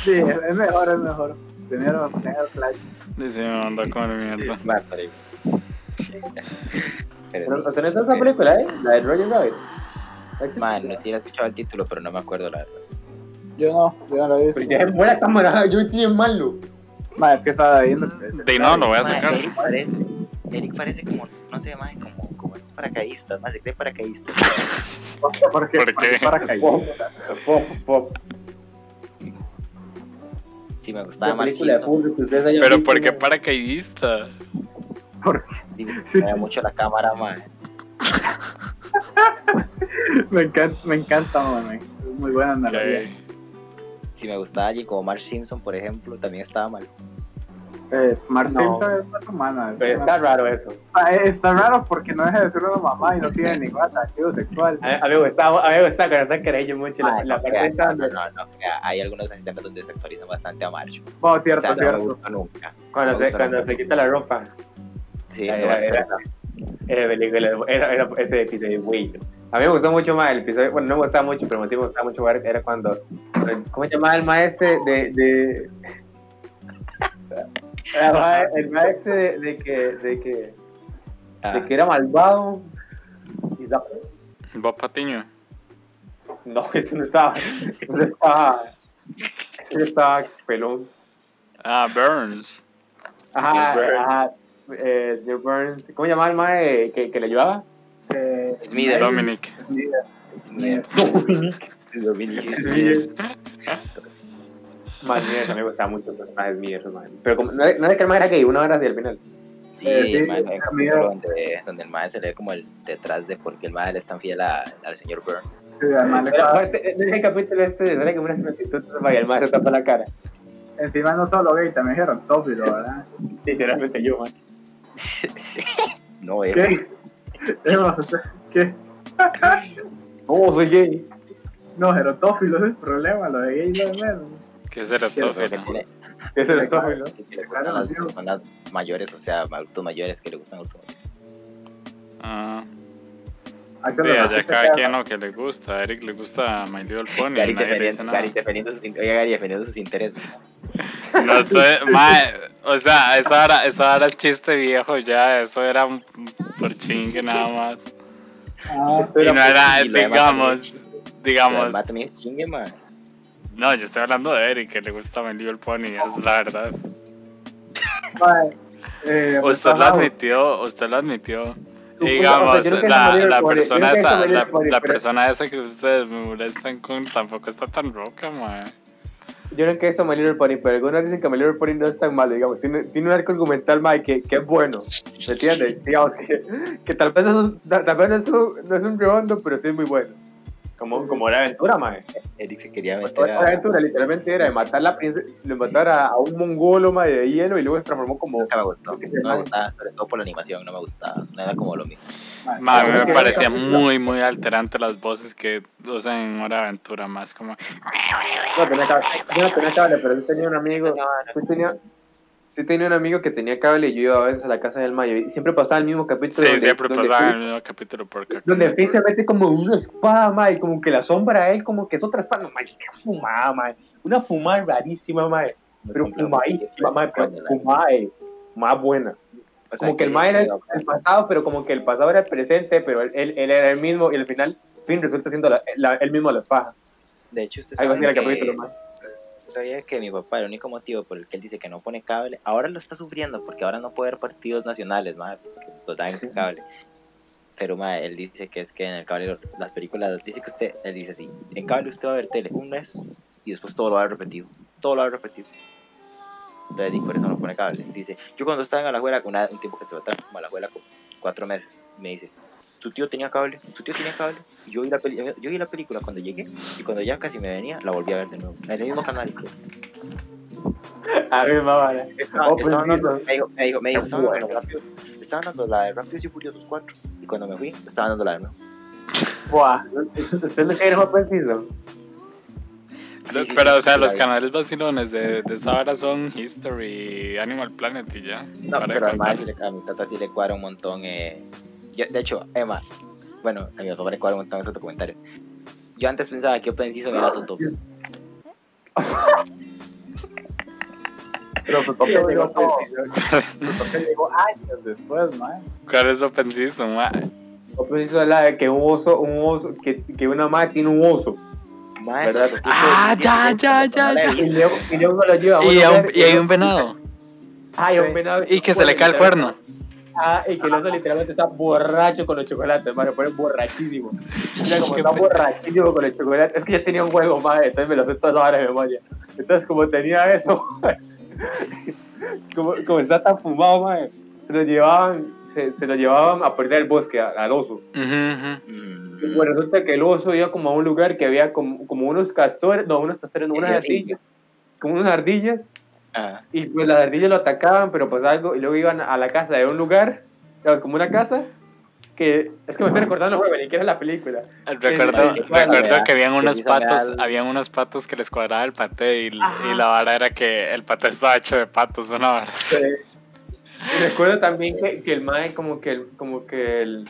Speaker 4: Sí, es es mejor, es mejor. Primero, primero flash.
Speaker 2: Dice, me mandó a comer mierda.
Speaker 3: Madre, pero- Pero
Speaker 1: Pero, o sea, no es esa película, ¿eh? La de Roger Rabbit.
Speaker 3: sí, madre, no sé si he escuchado el título, pero no me acuerdo la verdad.
Speaker 4: Yo no, yo no lo he
Speaker 1: Pero ya es buena cámara, yo estoy en malo.
Speaker 4: Mae, es que estaba viendo.
Speaker 2: De no, lo voy a
Speaker 3: Mae,
Speaker 2: sacar.
Speaker 3: Eric parece, Eric parece como, no sé, mae, como, como un paracaidista, mae, se cree paracaidista.
Speaker 4: ¿Por qué?
Speaker 2: ¿Por qué?
Speaker 4: Porque paracaidista.
Speaker 1: Pop, pop, pop.
Speaker 3: Sí, me gustaba
Speaker 1: La
Speaker 3: más
Speaker 1: película de
Speaker 3: Simpson,
Speaker 1: público que ustedes hayan
Speaker 2: Pero
Speaker 1: visto,
Speaker 2: porque
Speaker 1: ¿no?
Speaker 2: paracaidista.
Speaker 3: sí, me da mucho la cámara, mae.
Speaker 4: Me encanta, me encanta, mae. Es muy buena analogía.
Speaker 2: Ok.
Speaker 3: Si me gustaba allí como Marge Simpson, por ejemplo, también estaba mal.
Speaker 4: Eh, Martín
Speaker 1: No.
Speaker 4: es una humana.
Speaker 2: Pues,
Speaker 1: Pero está raro eso.
Speaker 4: está raro porque no deja de ser una mamá y no tiene ningún activo sexual.
Speaker 1: A, a mí me gustaba, a mí me gustaba que no se creía mucho la,
Speaker 3: Mae,
Speaker 1: la
Speaker 3: no,
Speaker 1: parte
Speaker 3: crea,
Speaker 1: esa
Speaker 3: no, no,
Speaker 1: donde-
Speaker 3: no, no crea, hay algunos escenas donde sexualizan bastante a Marge.
Speaker 4: Bueno,
Speaker 3: O
Speaker 4: cierto,
Speaker 3: sea, no me
Speaker 4: cierto.
Speaker 3: gustó nunca.
Speaker 1: cuando,
Speaker 3: no,
Speaker 1: se,
Speaker 3: no,
Speaker 1: cuando
Speaker 3: no.
Speaker 1: se quita la ropa.
Speaker 3: Sí,
Speaker 1: Era-
Speaker 3: no me
Speaker 1: era-
Speaker 3: gustó.
Speaker 1: Esa película, era, era ese episodio, güey. A mí me gustó mucho más el episodio, bueno, no me gustaba mucho, pero sí me gustaba mucho ver, era cuando, ¿cómo se llamaba el maestro de... de... El ma- El maestro de, de que, de que,
Speaker 3: Ah,
Speaker 1: de que era malvado. Y da-
Speaker 2: Bob Patiño.
Speaker 1: No, eso no estaba, eso no estaba, eso no estaba pelón.
Speaker 2: Ah, Burns.
Speaker 1: Ajá,
Speaker 2: Señor Burns.
Speaker 1: ajá, eh, señor Burns, ¿cómo se llamaba el maestro que, que le ayudaba?
Speaker 4: Eh,
Speaker 3: Smithers.
Speaker 2: Dominic.
Speaker 4: Smithers.
Speaker 3: Smithers. Dominic Smithers.
Speaker 1: Smithers. Man, Smithers, a mí me gustaba mucho el personaje de Smithers, man. Pero como, no, era- no era que el man era gay, una hora hacia el final.
Speaker 3: Sí,
Speaker 4: Eh, sí,
Speaker 3: el mae,
Speaker 4: amigo.
Speaker 3: capítulo donde, donde el mae se ve como el detrás de por qué el mae le es tan fiel a- al señor Burns.
Speaker 4: Sí, además
Speaker 1: Pero
Speaker 4: le
Speaker 2: Eh,
Speaker 1: este
Speaker 4: estaba-
Speaker 1: aparte, en el capítulo este, sale que una prostituta man, y el man se tapa la cara.
Speaker 4: Encima no solo gay, también dijeron tófilo, ¿verdad?
Speaker 6: Literalmente yo, man.
Speaker 3: No, Emma.
Speaker 4: ¿Qué? Emma, usted- ¿qué?
Speaker 1: No, soy gay.
Speaker 4: No, gerotófilo es el problema, lo de gay lo de menos.
Speaker 2: Que es
Speaker 3: Pero que
Speaker 2: erotófilo.
Speaker 3: tiene-
Speaker 6: Es el tófilo.
Speaker 3: que le gustan a las personas mayores, o sea, adultos mayores que le gustan a adultos mayores.
Speaker 2: Ah,
Speaker 4: Hay que
Speaker 2: sí,
Speaker 4: lo-
Speaker 2: allá cada quien lo que le gusta. A Eric le gusta My Little Pony. nadie le
Speaker 3: Gary
Speaker 2: dice
Speaker 3: defendiendo,
Speaker 2: nada.
Speaker 3: Gary defendiendo sus, in- oye, Gary defendiendo sus intereses.
Speaker 2: No estoy, mae, o sea, eso ahora, eso ahora es chiste viejo ya, eso era un por chingue nada más.
Speaker 4: Ah,
Speaker 2: Y no era,
Speaker 3: y lo demás
Speaker 2: digamos,
Speaker 3: Pero
Speaker 2: digamos,
Speaker 3: además también es chingue, ma.
Speaker 2: no, yo estoy hablando de Eric, que le gusta My Little Pony, es la verdad.
Speaker 4: mae, eh,
Speaker 2: Usted lo
Speaker 4: pasado.
Speaker 2: admitió, usted lo admitió.
Speaker 1: Tú, o
Speaker 2: Digamos,
Speaker 1: sea, yo nunca
Speaker 2: la,
Speaker 1: he comido
Speaker 2: la
Speaker 1: el poli, yo
Speaker 2: persona
Speaker 1: nunca he
Speaker 2: esa,
Speaker 1: comido el
Speaker 2: la,
Speaker 1: poli,
Speaker 2: la
Speaker 1: pero-
Speaker 2: persona esa que ustedes me molestan con tampoco está tan roca, mae.
Speaker 1: Yo no he visto My Little Pony, pero algunos dicen que My Little Pony no es tan malo, digamos. Tiene, tiene un arco argumental, mae, que, que es bueno. ¿Me entiendes? Digamos que, que tal vez, no es, un- tal vez no, es un, no es un redondo, pero sí es muy bueno.
Speaker 6: Como, como la aventura, mae.
Speaker 3: Eric se quería meter
Speaker 1: Otra
Speaker 3: a...
Speaker 1: aventura literalmente era de matar, la princesa, de matar a, a un mongolo, mae, de hielo y luego se transformó como...
Speaker 3: Nunca me gustó, no me gustaba, sobre todo por la animación, no me gustaba, no era como lo mismo.
Speaker 2: Ma, a mí me
Speaker 1: Porque-
Speaker 2: parecía muy, muy alterante las voces que usan en Hora de Aventura, más como...
Speaker 1: No tenía cable, yo no tenía cable, pero sí tenía un amigo, sí tenía, sí tenía un amigo que tenía cable y yo iba a veces a la casa del mayo y siempre pasaba el mismo capítulo.
Speaker 2: Sí,
Speaker 1: donde-
Speaker 2: siempre
Speaker 1: donde
Speaker 2: pasaban
Speaker 1: Finn-
Speaker 2: el mismo capítulo por acá.
Speaker 1: Donde Finn se mete como una espada, mae, como que la sombra a él, como que es otra espada, no, mae, qué fumada, mae, una fumada rarísima, mae, pero fumadísima, mae,
Speaker 3: Pues,
Speaker 1: pero fumada, eh, fumada buena. Como que el mae era el,
Speaker 3: pues.
Speaker 1: el pasado, pero como que el pasado era el presente, pero él, él, él era el mismo y al final Finn resulta siendo la, la- él mismo las pajas.
Speaker 3: De hecho, usted
Speaker 1: Ahí va a
Speaker 3: sabe
Speaker 1: ser el
Speaker 3: que-
Speaker 1: capítulo, mae.
Speaker 3: sabía que mi papá, el único motivo por el que él dice que no pone cable, ahora lo está sufriendo porque ahora no puede ver partidos nacionales, madre, porque lo dan en cable. Pero madre, él dice que es que en el cable lo- las películas, dice que usted, él dice así, en cable usted va a ver tele un mes y después todo lo va a ver repetido, todo lo va a ver repetido. Entonces, y por eso no pone cable. Dice, yo cuando estaba en Alajuela, con una- un tiempo que se va a Alajuela con cuatro meses, me dice, tu tío tenía cable, tu tío tenía cable. Y yo vi la, peli- yo vi la película cuando llegué y cuando ya casi me venía, la volví a ver de nuevo, en el mismo canal.
Speaker 1: A ver, mamá,
Speaker 3: Estaba-
Speaker 1: Oh,
Speaker 3: estaba
Speaker 1: pues,
Speaker 3: dando-
Speaker 1: sí.
Speaker 3: me dijo, me dijo, me dijo,
Speaker 1: Qué
Speaker 3: estaban dando
Speaker 1: bueno.
Speaker 3: rápido. Estaban dando la de Rápidos y Furiosos 4. Y cuando me fui, estaban dando la de nuevo.
Speaker 1: Buah, usted lo tiene más preciso.
Speaker 2: Lo-
Speaker 3: Sí, sí,
Speaker 2: Pero, o sea,
Speaker 3: sí, la
Speaker 2: los
Speaker 3: vi.
Speaker 2: canales vacilones de, de esa hora son History, Animal Planet y ya.
Speaker 3: No,
Speaker 2: Para de
Speaker 3: pero
Speaker 2: contar.
Speaker 3: además sí le- a mi tata sí le cuadra un montón. Eh, yo- de hecho, Emma, bueno, a mi papá le cuadra un montón esos documentarios. Yo antes pensaba que Open Season era su top.
Speaker 4: Pero
Speaker 1: Yo
Speaker 4: pues, papel llegó,
Speaker 1: no puedo.
Speaker 4: papel llegó años después, mae.
Speaker 2: ¿Cuál es Open Season? ma?
Speaker 1: O preciso es la de que un oso, un oso, que, que una madre tiene un oso.
Speaker 3: Mae,
Speaker 1: ¿Verdad?
Speaker 3: porque
Speaker 2: Ah,
Speaker 3: eso-
Speaker 2: ya, ya,
Speaker 3: eso no
Speaker 2: ya,
Speaker 3: la he
Speaker 2: ya.
Speaker 1: Y luego, y luego lo lleva a
Speaker 2: Y,
Speaker 1: una
Speaker 2: a un-
Speaker 1: verga,
Speaker 2: y hay un venado.
Speaker 1: Ah, y a un
Speaker 4: Sí.
Speaker 1: venado.
Speaker 2: Y que se le cae el cuerno.
Speaker 1: Ah, y que el oso literalmente está borracho con los chocolates, madre, pero es borrachísimo. Mira como
Speaker 2: Qué
Speaker 1: está
Speaker 2: pendejo.
Speaker 1: borrachísimo con el chocolate. Es que ya tenía un juego, madre, entonces me lo sé todas ahora de memoria. Entonces, como tenía eso, mae, como, como está tan fumado, madre, se lo llevaban, se, se lo llevaban a perder el bosque, a- al oso.
Speaker 2: Ujú, ujú.
Speaker 3: Mm,
Speaker 1: Pues resulta que el oso iba como a un lugar que había como, como unos castores, no, unos castores, no, unas ardillas, como unas ardillas,
Speaker 3: ah,
Speaker 1: y pues las ardillas lo atacaban, pero pues algo, y luego iban a la casa de un lugar, digamos, como una casa, que es que me estoy recordando, güey, ni que era la película.
Speaker 2: Recuerdo,
Speaker 1: Sí, sí, sí.
Speaker 2: recuerdo que habían
Speaker 3: Que
Speaker 2: unos
Speaker 3: sí se
Speaker 2: patos,
Speaker 3: vea-
Speaker 2: habían unos patos que les cuadraba el paté y,
Speaker 1: Ajá.
Speaker 2: y la vara era que el paté estaba hecho de patos, una vara.
Speaker 1: Eh, y recuerdo también que, que el mae como que, el- como que el,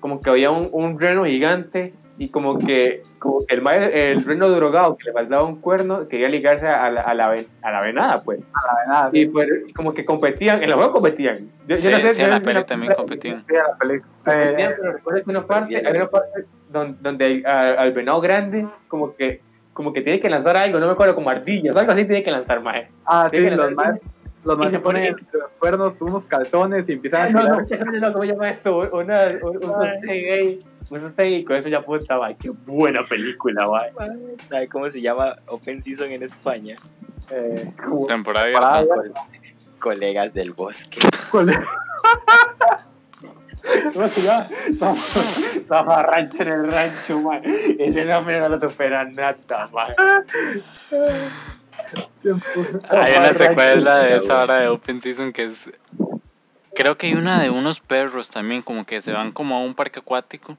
Speaker 1: como que había un, un reno gigante y como que, como que el mae, el reno drogado que le faltaba un cuerno, quería ligarse a la, a la, ven- a la venada, pues.
Speaker 4: La verdad,
Speaker 1: y pues como que competían, en los juegos competían. Yo, yo
Speaker 2: Sí,
Speaker 1: no sé,
Speaker 2: sí,
Speaker 1: yo
Speaker 2: en
Speaker 1: no
Speaker 2: la
Speaker 1: sé
Speaker 2: peli
Speaker 1: si
Speaker 2: también
Speaker 1: película-
Speaker 2: competían.
Speaker 4: sí, la película.
Speaker 1: competían,
Speaker 4: Eh,
Speaker 1: pero recuerdo que una parte, hay una parte donde, donde el- a- al venado grande como que como que tiene que lanzar algo, no me acuerdo, como ardillas, algo así tiene que lanzar más.
Speaker 4: ah, sí,
Speaker 1: Tiene que
Speaker 4: los
Speaker 1: lanzar
Speaker 4: más. Los más
Speaker 1: se
Speaker 4: se ponen
Speaker 1: ponen-
Speaker 4: los cuernos, unos calzones y empiezan a
Speaker 1: No, no,
Speaker 4: tirar.
Speaker 1: no, no, ¿cómo se llama esto? Una, un, un sostén gay, un sostén y con eso ya puta, va, qué buena película, va.
Speaker 3: ¿Sabe cómo se llama Open Season en España?
Speaker 4: eh,
Speaker 2: Temporada
Speaker 4: Parada,
Speaker 2: abierta.
Speaker 3: Colegas del bosque.
Speaker 1: ¿Cómo se llama? Zafarrancho en el rancho, man. Ese nombre no lo supera nada, man.
Speaker 2: Hay una secuela de esa hora de Open Season que es. Creo que hay una de unos perros también, como que se van como a un parque acuático.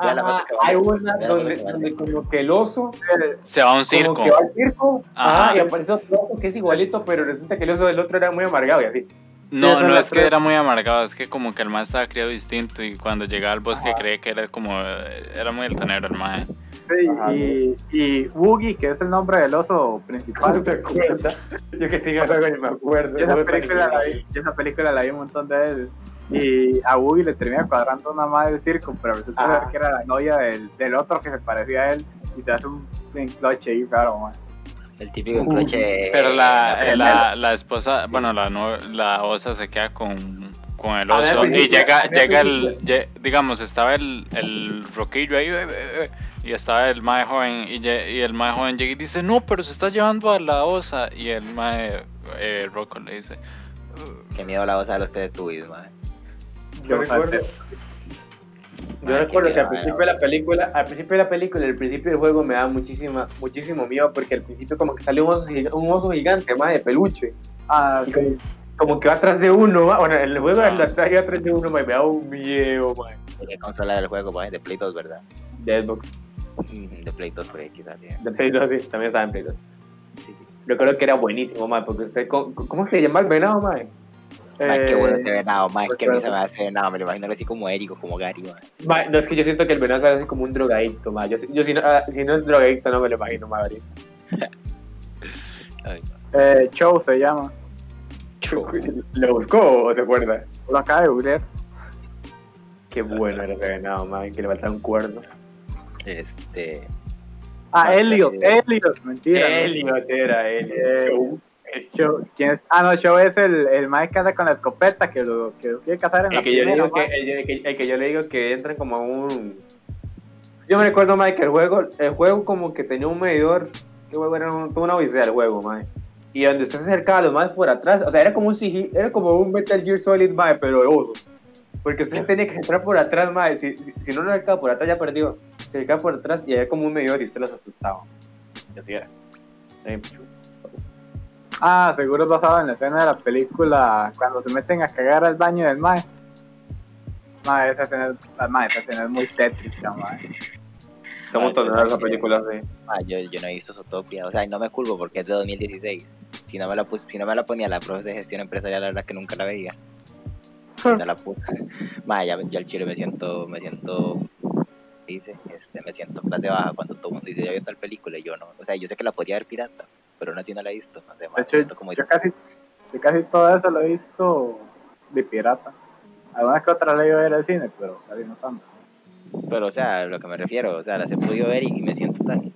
Speaker 3: Vea la
Speaker 1: Ajá,
Speaker 3: foto que vale,
Speaker 1: hay una
Speaker 3: vea la
Speaker 1: donde,
Speaker 3: foto que
Speaker 1: donde como que el oso,
Speaker 2: Se va a un
Speaker 1: como
Speaker 2: circo.
Speaker 1: que va al circo,
Speaker 2: Ajá.
Speaker 1: ajá, y aparece otro oso que es igualito, pero resulta que el oso del otro era muy amargado y así.
Speaker 2: No,
Speaker 1: Esas son
Speaker 2: no
Speaker 1: las
Speaker 2: es que
Speaker 1: tres.
Speaker 2: era muy amargado, es que como que el más estaba criado distinto y cuando llegaba al bosque creía que era como. eh, Era muy altanero el mae.
Speaker 4: Sí,
Speaker 1: Ajá.
Speaker 4: y, y Woogie, que es el nombre del oso principal.
Speaker 1: te acuerdas? Yo que estoy hablando ni me acuerdo.
Speaker 4: Yo esa,
Speaker 1: Muy
Speaker 4: película la
Speaker 1: parecido.
Speaker 4: vi, yo esa película la vi un montón de veces. Y a Woogie le termina cuadrando una madre del circo, pero resulta
Speaker 1: Ajá.
Speaker 4: que era la novia del, del otro que se parecía a él y te hace un encloche ahí, claro, man.
Speaker 3: El típico coche.
Speaker 2: Pero la,
Speaker 3: eh,
Speaker 2: eh, la, la esposa, bueno, la, no- la osa se queda con, con el
Speaker 1: A ver,
Speaker 2: oso y
Speaker 1: película, a
Speaker 2: llega,
Speaker 1: ver,
Speaker 2: llega el, lle- digamos, estaba el, el roquillo ahí eh, eh, eh, y estaba el más joven y, lle- y el más joven llega y dice, no, pero se está llevando a la osa y el más eh, roco le dice,
Speaker 3: Qué miedo la osa de los Teletubbies, man.
Speaker 1: Yo
Speaker 4: Qué
Speaker 1: recuerdo. Yo
Speaker 3: Ay,
Speaker 1: recuerdo
Speaker 3: qué
Speaker 1: que al
Speaker 3: miedo,
Speaker 1: principio de la película, al principio de la película, al principio del juego me da muchísima, muchísimo miedo porque al principio como que sale un oso, giga- un oso gigante, más de peluche,
Speaker 4: Ah,
Speaker 1: y
Speaker 4: sí.
Speaker 1: como, como que va atrás de uno, ma. bueno, el juego
Speaker 2: Ah.
Speaker 1: es la traje atrás de uno, ma, y me da un miedo, ma.
Speaker 3: ¿De qué consola del juego, man? De Play 2, ¿verdad?
Speaker 1: de Xbox,
Speaker 3: De Play 2, por ahí quizás. sí.
Speaker 1: de Play 2, sí, también estaba en Play 2.
Speaker 3: Sí, sí.
Speaker 1: Recuerdo que era buenísimo, ma, porque usted, ¿cómo, cómo se llama el venado, ma?
Speaker 3: Man, qué
Speaker 1: Eh,
Speaker 3: bueno ese venado, man.
Speaker 1: pues,
Speaker 3: Que a mí se
Speaker 1: claro.
Speaker 3: me hace venado. Me lo imagino así como Érico, como Gary, man.
Speaker 1: Ma, no, es que yo siento que el venado es como un drogadicto, ma. Yo, yo si, no, ah, si no es drogadicto, no me lo imagino, ma. ahorita.
Speaker 3: Ay, no.
Speaker 4: Eh, Chow se llama.
Speaker 1: ¿Lo buscó o se acuerda?
Speaker 4: Lo acaba de googlear.
Speaker 1: Qué bueno era ese venado, ma, que le faltaba un cuerno.
Speaker 3: Este.
Speaker 4: Ah,
Speaker 3: Ah,
Speaker 4: Elliot,
Speaker 3: sí.
Speaker 4: Elliot, mentira. ¿no?
Speaker 1: Elliot era él.
Speaker 4: Chow, ¿quién es? Ah, no, Chow es el, el mae que anda con la escopeta que lo, que lo quiere cazar en la
Speaker 1: El que, yo le
Speaker 4: primera,
Speaker 1: digo que,
Speaker 4: mae.
Speaker 1: el, que- el que yo le digo que entran como a un... Yo me recuerdo, ma, que el juego, el juego como que tenía un medidor, que juego era un- toda una odisea el juego, ma. Y donde usted se acercaba a los más por atrás, o sea, era como un CG era como un Metal Gear Solid, ma, pero de osos. Porque usted tenía que entrar por atrás, ma, si, si, si no lo acercaba por atrás ya perdió. Se acercaba por atrás y había como un medidor y usted los asustaba. Y así era. Era bien chulo.
Speaker 4: Ah, seguro es basado en la escena de la película cuando se meten a cagar al baño del mae. Mae, esa escena es, ah, mae, esa escena es muy tétrica, mae.
Speaker 1: Son
Speaker 3: Ah,
Speaker 1: un montón
Speaker 3: sí,
Speaker 1: de esas
Speaker 3: sí.
Speaker 1: películas de...
Speaker 3: Ah, yo, yo no he visto Zootopia, o sea, y no me culpo porque es de 2016. Si no me la, pus- si no me la ponía la profe de gestión empresarial, la verdad que nunca la veía. No la puse. Ma, ya, ya el chile me siento, me siento, dice, este, me siento clase baja cuando todo el mundo dice, ya vio tal película, y yo no. O sea, yo sé que la podía ver pirata, pero no, sí no la he visto. No sé, ma,
Speaker 4: De
Speaker 3: me
Speaker 4: hecho,
Speaker 3: siento como
Speaker 4: Yo casi, yo casi todo eso lo he visto de pirata. Algunas que otras la iba a ver al cine, pero casi no tanto.
Speaker 3: Pero, o sea, lo que me refiero, o sea, las he podido ver y, y me siento tan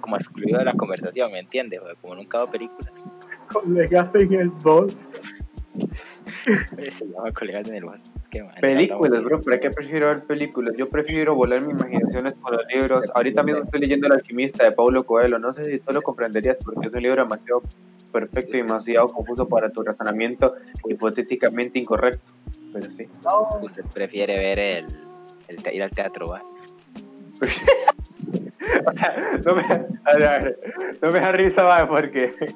Speaker 3: como excluido de la conversación, ¿me entiendes? Joder? Como nunca veo películas.
Speaker 4: Con legaste en el boss.
Speaker 3: Yo hago colegas en el bus. Qué mal,
Speaker 1: Películas,
Speaker 3: hablamos.
Speaker 1: bro, ¿para qué prefiero ver películas? Yo prefiero volar mi imaginación con los libros. Ahorita mismo estoy leyendo El alquimista de Paulo Coelho. No sé si tú lo comprenderías porque es un libro demasiado perfecto y demasiado confuso para tu razonamiento hipotéticamente incorrecto. Pero sí.
Speaker 3: Usted prefiere ver el, el te- ir al teatro, ¿va?
Speaker 1: No me, a ver, a ver, no me da risa, va, porque...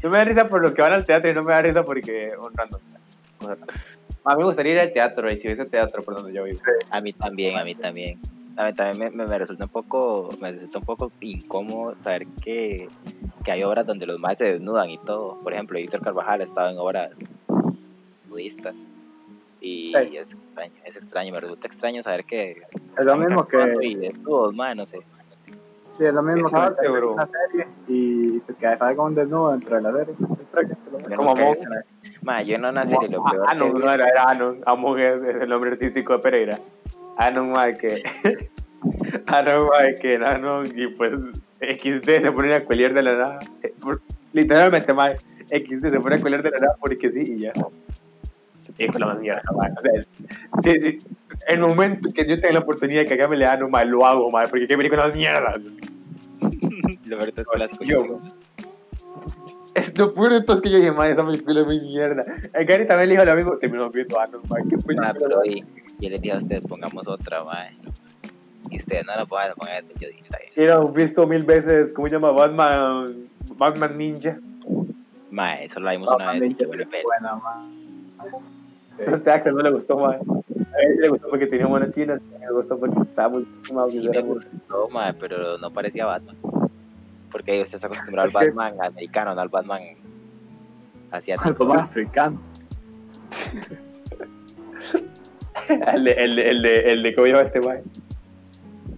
Speaker 1: No me da risa por los que van al teatro y no me da risa porque... un random. A mí me gustaría ir al teatro y si hubiese teatro por donde yo vivo.
Speaker 3: A mí también, a mí también. A mí también me, me- me resulta un poco, me resulta un poco incómodo saber que, que hay obras donde los más se desnudan y todo. Por ejemplo, Víctor Carvajal ha estado en obras nudistas. Y
Speaker 4: Sí.
Speaker 3: es extraño, es extraño, me resulta extraño saber que...
Speaker 4: Es lo mismo
Speaker 3: actuando
Speaker 4: que.
Speaker 3: Y desnudos, man, no sé.
Speaker 4: Sí, es lo mismo
Speaker 1: Es
Speaker 4: que
Speaker 1: arte,
Speaker 4: meterte en
Speaker 1: bro.
Speaker 4: una serie y se queda salga un desnudo dentro de la serie. Es práctico,
Speaker 3: Yo
Speaker 1: Como
Speaker 3: nunca he
Speaker 1: Among.
Speaker 3: visto una- Man, yo no nací y lo
Speaker 1: Ah,
Speaker 3: peor que
Speaker 1: Anon,
Speaker 3: vi-
Speaker 1: no era, era Anon. Amon es, es el nombre artístico de Pereira. Anon, mae, que. Anon, mae, que era Anon, y pues XD se pone a cueliar de la nada. Eh, por- Literalmente, mae, XD se pone a cueliar de la nada porque sí y ya. Hijo de la más mierda, mae. O sea, es- sí, sí, el momento que yo tenga la oportunidad de cagarme le Anon, mae, lo hago, mae, porque qué película más mierda.
Speaker 3: Lo peor es que las
Speaker 1: Yo, Lo peor de todo es que yo dije, mae, esa película es muy mierda. El Gary también le dijo lo mismo, terminó viendo Anon, mae, qué
Speaker 3: Ma,
Speaker 1: película.
Speaker 3: pero hoy yo les dije a ustedes, pongamos otra, ma. y ustedes no la pueden poner de periodista.
Speaker 1: Y lo han visto mil veces, ¿cómo se llama? Batman, Batman Ninja.
Speaker 3: Mae, eso lo vimos una
Speaker 4: Batman
Speaker 3: vez y
Speaker 4: Ninja
Speaker 3: se
Speaker 4: es
Speaker 3: vuelve
Speaker 4: muy
Speaker 3: pelo.
Speaker 4: buena, mae.
Speaker 1: Este actor no le gustó, mae. A él le gustó porque tenía buenas chinas, a él le gustó porque estaba muy fumado.
Speaker 3: Sí
Speaker 1: que
Speaker 3: me
Speaker 1: era muy-
Speaker 3: gustó, mae, pero no parecía Batman. Porque usted está acostumbrado al
Speaker 1: Es que-
Speaker 3: Batman americano, no al Batman
Speaker 4: Al
Speaker 3: asiático.
Speaker 4: papá africano.
Speaker 1: El de, el de, el de, el de ¿cómo se llama este, mae?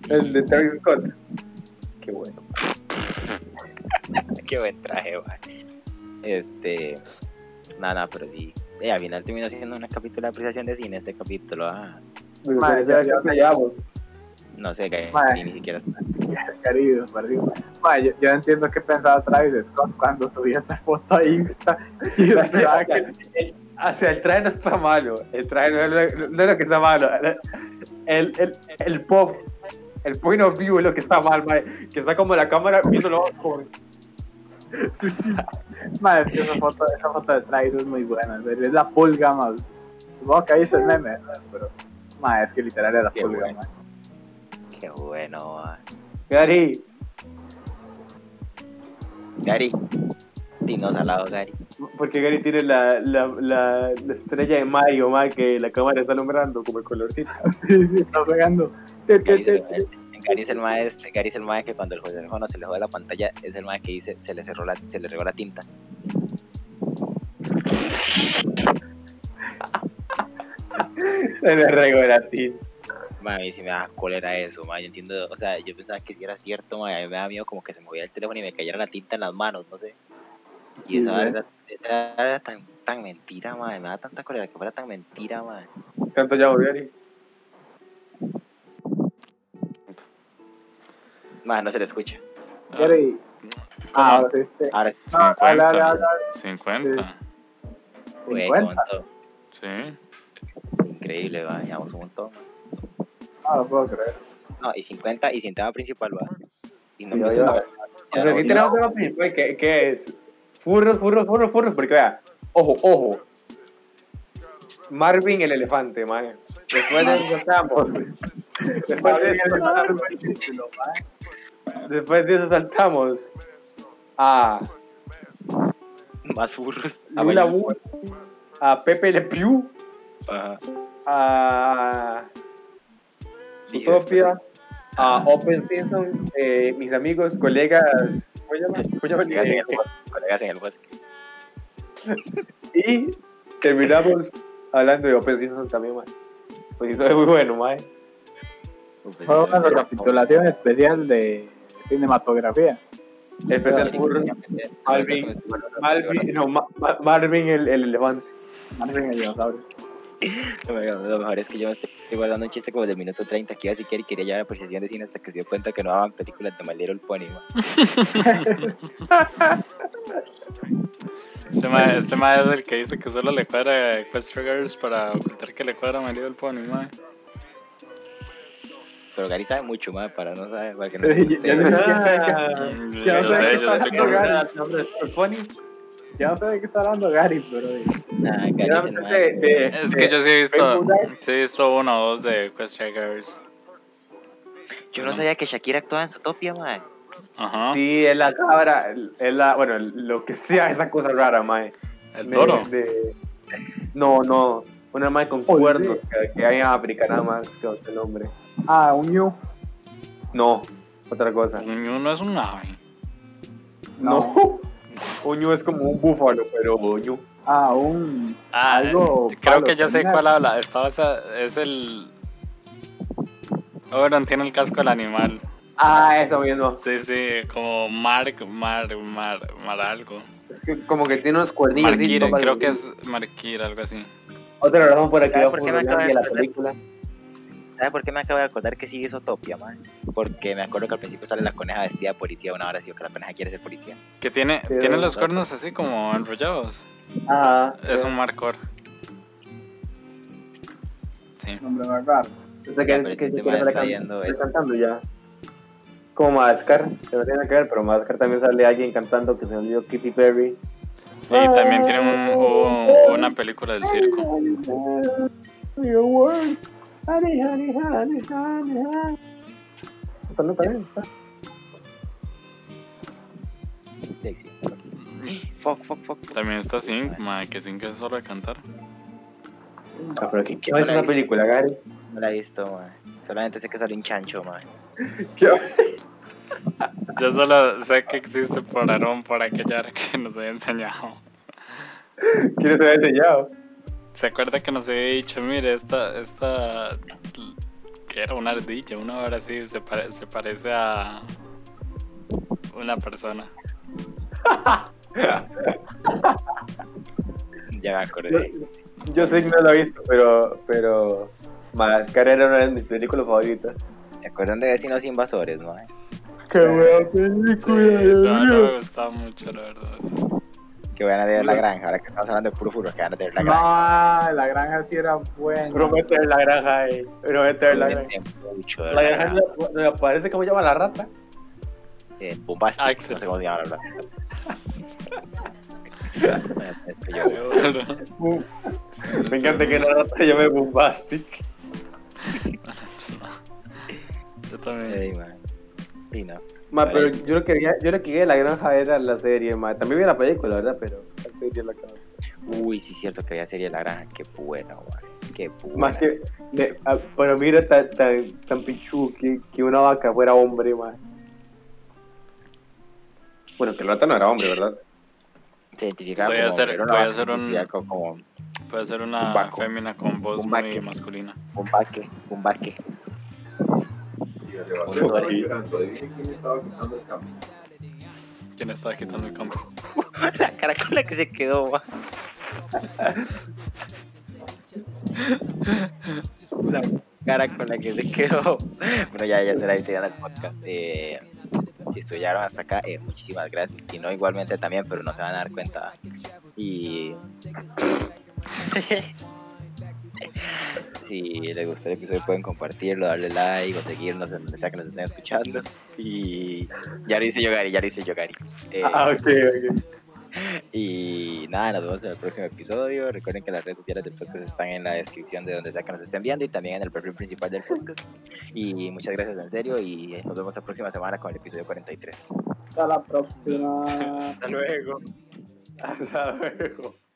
Speaker 1: El de Terry Scott. Qué bueno.
Speaker 3: Qué buen traje, mae. Este. Nada, nada, pero sí. Eh, al final terminó siendo una capítulo de apreciación de cine este capítulo. ah.
Speaker 1: Me gustó
Speaker 4: Mae,
Speaker 1: que sea-
Speaker 4: ya- ya-
Speaker 1: que sea Batman.
Speaker 3: No sé, que
Speaker 4: Mae.
Speaker 3: ni, ni siquiera.
Speaker 4: Caribe, perdido. Mae, yo, yo entiendo qué pensaba Travis Scott cuando subía esa foto a Insta. Y pensaba que
Speaker 1: El- "Ah, O sea, el traje no está malo. El traje no es lo, no es lo que está malo. El, el, el pop, el point of view es lo que está mal, mae. Que está como la cámara viéndolo con.
Speaker 4: Madre, es que esa foto, esa foto de Travis es muy buena, en serio, es la pulga más. Supongo que ahí es el meme, ¿verdad? pero. Madre, es que literal era la
Speaker 3: Qué
Speaker 4: pulga
Speaker 3: bueno.
Speaker 4: más.
Speaker 3: Qué bueno, mae.
Speaker 1: Gary,
Speaker 3: Gary. Dinos al lado, Gary.
Speaker 1: porque Gary tiene la, la, la, la estrella de Mario, mae, que la cámara está alumbrando como el colorcito.
Speaker 4: Sí, sí, está pegando. Te, te,
Speaker 3: Gary es
Speaker 4: te,
Speaker 3: el
Speaker 4: te.
Speaker 3: mae- Gary es el maestro, Gary es el maestro que cuando el teléfono se le jode la pantalla es el maestro que dice se le cerró la, se le regó la tinta.
Speaker 1: Se le regó la tinta.
Speaker 3: Mami, si me da cólera eso, ma, yo entiendo, o sea, yo pensaba que si era cierto, ma, a mí me da miedo como que se moviera el teléfono y me cayera la tinta en las manos, no sé.
Speaker 4: Sí,
Speaker 3: Y esa
Speaker 4: ¿ves?
Speaker 3: era, esa era tan, tan mentira, ma, me da tanta cólera que fuera tan mentira, ma.
Speaker 1: Tanto llamo Gary.
Speaker 3: Ma, no se le escucha.
Speaker 4: Gary. Ah, ahora sí, sí.
Speaker 3: Ahora,
Speaker 4: No, habla, habla, habla.
Speaker 2: 50.
Speaker 3: güey,
Speaker 4: 50.
Speaker 3: qué montón.
Speaker 2: Sí.
Speaker 3: increíble, ma, llevamos un montón. ma.
Speaker 4: No lo puedo creer.
Speaker 3: No, y 50 y sin tema principal, va. Y no
Speaker 1: Sí,
Speaker 3: me
Speaker 1: ya.
Speaker 3: Ya,
Speaker 1: Pero aquí
Speaker 3: no,
Speaker 1: tenemos tema principal que, que es furros, furros, furros, furros, porque vea, ojo, ojo. Marvin el elefante, man. Después de eso saltamos. Después de eso, después de eso saltamos a
Speaker 3: más burros.
Speaker 1: Lula Wu, a Pepe Le Pew,
Speaker 3: Ajá.
Speaker 1: a
Speaker 3: Sí,
Speaker 1: Utopia, a Open Season, eh, mis amigos, colegas, ¿cómo se llama? ¿Cómo se llama?
Speaker 3: Colegas en el bosque, colegas en el Pues, bosque.
Speaker 1: Y terminamos hablando de Open Season también, man. Pues eso es muy bueno, man. Ah,
Speaker 4: Fue una recapitulación especial de cinematografía.
Speaker 1: Especial burro. Malvin, Malvin, no, Ma- Ma- Marvin el, el elefante.
Speaker 4: Marvin el dinosaurio.
Speaker 3: Oiga, Lo mejor es que yo me estoy guardando un chiste como del minuto 30 que iba a decir que quería llevar a apreciación de cine hasta que se dio cuenta que no daban películas de My Little Pony. ma.
Speaker 2: Este mae este mae es el que dice que solo le cuadra Equestria Girls para ocultar que le cuadra a Mario del Pony, mae.
Speaker 3: Pero Gary sabe mucho más para no saber, para que no le guste.
Speaker 4: Ya no sé quién sabe qué-
Speaker 2: Mm, Yo
Speaker 4: ya sé
Speaker 2: sé,
Speaker 4: qué
Speaker 2: yo sé
Speaker 4: pasó,
Speaker 2: que-
Speaker 4: Gary.
Speaker 1: Funny.
Speaker 4: Ya no sé de qué está hablando Gary, pero.
Speaker 3: Nah, Gary
Speaker 1: Yo
Speaker 3: es
Speaker 1: no
Speaker 3: el
Speaker 1: sé
Speaker 3: más-
Speaker 1: de- de-
Speaker 2: Es
Speaker 1: de-
Speaker 2: que yo sí
Speaker 1: Pues,
Speaker 2: he visto,
Speaker 1: ¿Ven
Speaker 2: sí he visto uno o dos de Equestria Girls.
Speaker 3: Yo no sabía que Shakira actuaba en Zootopia, man.
Speaker 2: Ajá.
Speaker 1: Sí, es la cabra, es la, bueno, lo que sea, esa cosa rara, mae.
Speaker 2: El
Speaker 1: Me-
Speaker 2: toro.
Speaker 1: de- no, no, una mae con
Speaker 4: Oye.
Speaker 1: cuernos que, que hay en África, nada más, que otro nombre.
Speaker 4: Ah, un New.
Speaker 1: No, otra cosa.
Speaker 2: Un ñu no es un ave.
Speaker 4: No.
Speaker 1: No. Un ñu es como un búfalo, pero ñu.
Speaker 4: Ah, un.
Speaker 2: Ah,
Speaker 4: Algo
Speaker 2: eh, creo
Speaker 4: palo,
Speaker 2: que ya sé
Speaker 4: terminar.
Speaker 2: cuál habla. Está basa- es el. Oberon tiene el casco del animal.
Speaker 1: Ah, eso mismo.
Speaker 2: Sí, sí, como Mark, Mar, Mar, Mar algo.
Speaker 1: Es que Como que tiene unos cuernillos. así,
Speaker 2: Markira,
Speaker 1: ¿no?
Speaker 2: creo que es Markira, algo así.
Speaker 1: Otra razón por la que
Speaker 3: ¿Sabes
Speaker 1: va
Speaker 3: por qué me acabo de
Speaker 1: Furlandia la
Speaker 3: acordar?
Speaker 1: película.
Speaker 3: ¿Sabes por qué me acabo de acordar que sí es Zootopia, man? Porque me acuerdo que al principio sale la coneja vestida de policía, una hora así, o que la coneja quiere ser policía.
Speaker 2: Que tiene,
Speaker 1: Sí,
Speaker 2: tiene
Speaker 1: es
Speaker 2: los
Speaker 1: verdad.
Speaker 2: cuernos así como enrollados.
Speaker 1: Ajá.
Speaker 2: Es un marcor. Sí.
Speaker 4: Nombre más raro.
Speaker 1: O sea,
Speaker 3: Ya,
Speaker 1: que,
Speaker 3: pero
Speaker 1: que
Speaker 3: este
Speaker 1: se
Speaker 3: man
Speaker 1: quiere estar
Speaker 3: está
Speaker 1: can-
Speaker 3: yendo,
Speaker 1: estar
Speaker 3: eh.
Speaker 1: cantando ya. Como Madagascar, que no tiene nada que ver, pero Madagascar también sale alguien cantando que se me olvidó Kitty Perry.
Speaker 2: Y también tiene un- hubo una película del circo.
Speaker 1: Está ¿eh? bien, está bien, está.
Speaker 3: Sexy. Fuck, fuck, fuck.
Speaker 2: También está Zinc, mae, que Zinc es hora de cantar.
Speaker 7: Ah, pero ¿qué, qué
Speaker 1: No es
Speaker 7: hora
Speaker 1: una
Speaker 7: es?
Speaker 1: película, Gary.
Speaker 3: No la he visto, man. Solamente sé que sale un chancho, man.
Speaker 2: Yo solo sé que existe por Aarón, por aquella hora que nos había enseñado.
Speaker 1: ¿Quién se ha enseñado?
Speaker 2: ¿Se acuerda que nos había dicho, mire, esta, esta, que era una ardilla, una hora así, se, pare- se parece a una persona?
Speaker 3: Ya me acordé.
Speaker 1: Yo sé que no lo he visto, pero. pero... Madagascar era una de mis películas favoritas.
Speaker 3: ¿Se acuerdan de vecinos invasores, man?
Speaker 1: ¡Qué
Speaker 4: Eh,
Speaker 1: buena
Speaker 2: Sí, no, no me gustaba mucho, la verdad.
Speaker 3: Que van a ver la granja. Ahora que estamos hablando de puro furor, que van a ver la granja.
Speaker 4: No, la granja sí era buena.
Speaker 1: Promete ver la granja, eh. Promete ver la
Speaker 3: Tiene
Speaker 1: granja.
Speaker 3: mucho de
Speaker 1: La
Speaker 3: la
Speaker 1: granja
Speaker 3: granja.
Speaker 1: me aparece cómo llama la rata.
Speaker 3: Eh, Bombastic,
Speaker 2: Axel.
Speaker 3: no sé cómo se llama, la verdad. Este, yo-
Speaker 1: Me encanta que la rata se llame Bombastic.
Speaker 2: Yo también.
Speaker 3: Ey, man. Sí, no.
Speaker 1: Ma,
Speaker 3: Vale.
Speaker 1: pero yo lo que vi, yo lo que vi de la granja era la serie, ma. También vi la película, ¿verdad? Pero la serie la acabo.
Speaker 3: Uy, sí, cierto que había serie de la granja. Qué buena, man. Qué buena.
Speaker 1: Más que, de- ah, pero mira tan, tan, tan pichu que, que una vaca fuera hombre, ma. Bueno, que la rata no era hombre, ¿verdad?
Speaker 3: Se identificaba
Speaker 2: Voy a
Speaker 3: como-
Speaker 2: hacer-
Speaker 3: era una
Speaker 2: voy a
Speaker 3: vaca,
Speaker 2: hacer
Speaker 3: se
Speaker 2: un-
Speaker 3: identificaba como
Speaker 2: Puede ser
Speaker 3: Un
Speaker 2: una
Speaker 3: vaco.
Speaker 2: fémina con voz
Speaker 3: Un
Speaker 2: muy
Speaker 3: vaque.
Speaker 2: masculina.
Speaker 3: un vaque, un vaque.
Speaker 2: ¿Quién estaba quitando el campo?
Speaker 3: La cara con la que se quedó, man. La cara con la que se quedó. Bueno, ya, ya será integrada el podcast. Eh, si estudiaron hasta acá, eh, muchísimas gracias. Si no, igualmente también, pero no se van a dar cuenta. Y. si les gustó el episodio, pueden compartirlo, darle like o seguirnos en donde sea que nos estén escuchando. Y. Ya lo hice yo, Gary, ya lo hice yo, Gary. Eh,
Speaker 1: Ah, ok, ok.
Speaker 3: y nada, nos vemos en el próximo episodio. Recuerden que las redes sociales del podcast están en la descripción de donde sea que nos estén viendo y también en el perfil principal del podcast. Y muchas gracias en serio y nos vemos la próxima semana con el episodio 43.
Speaker 4: Hasta la próxima.
Speaker 1: Hasta luego.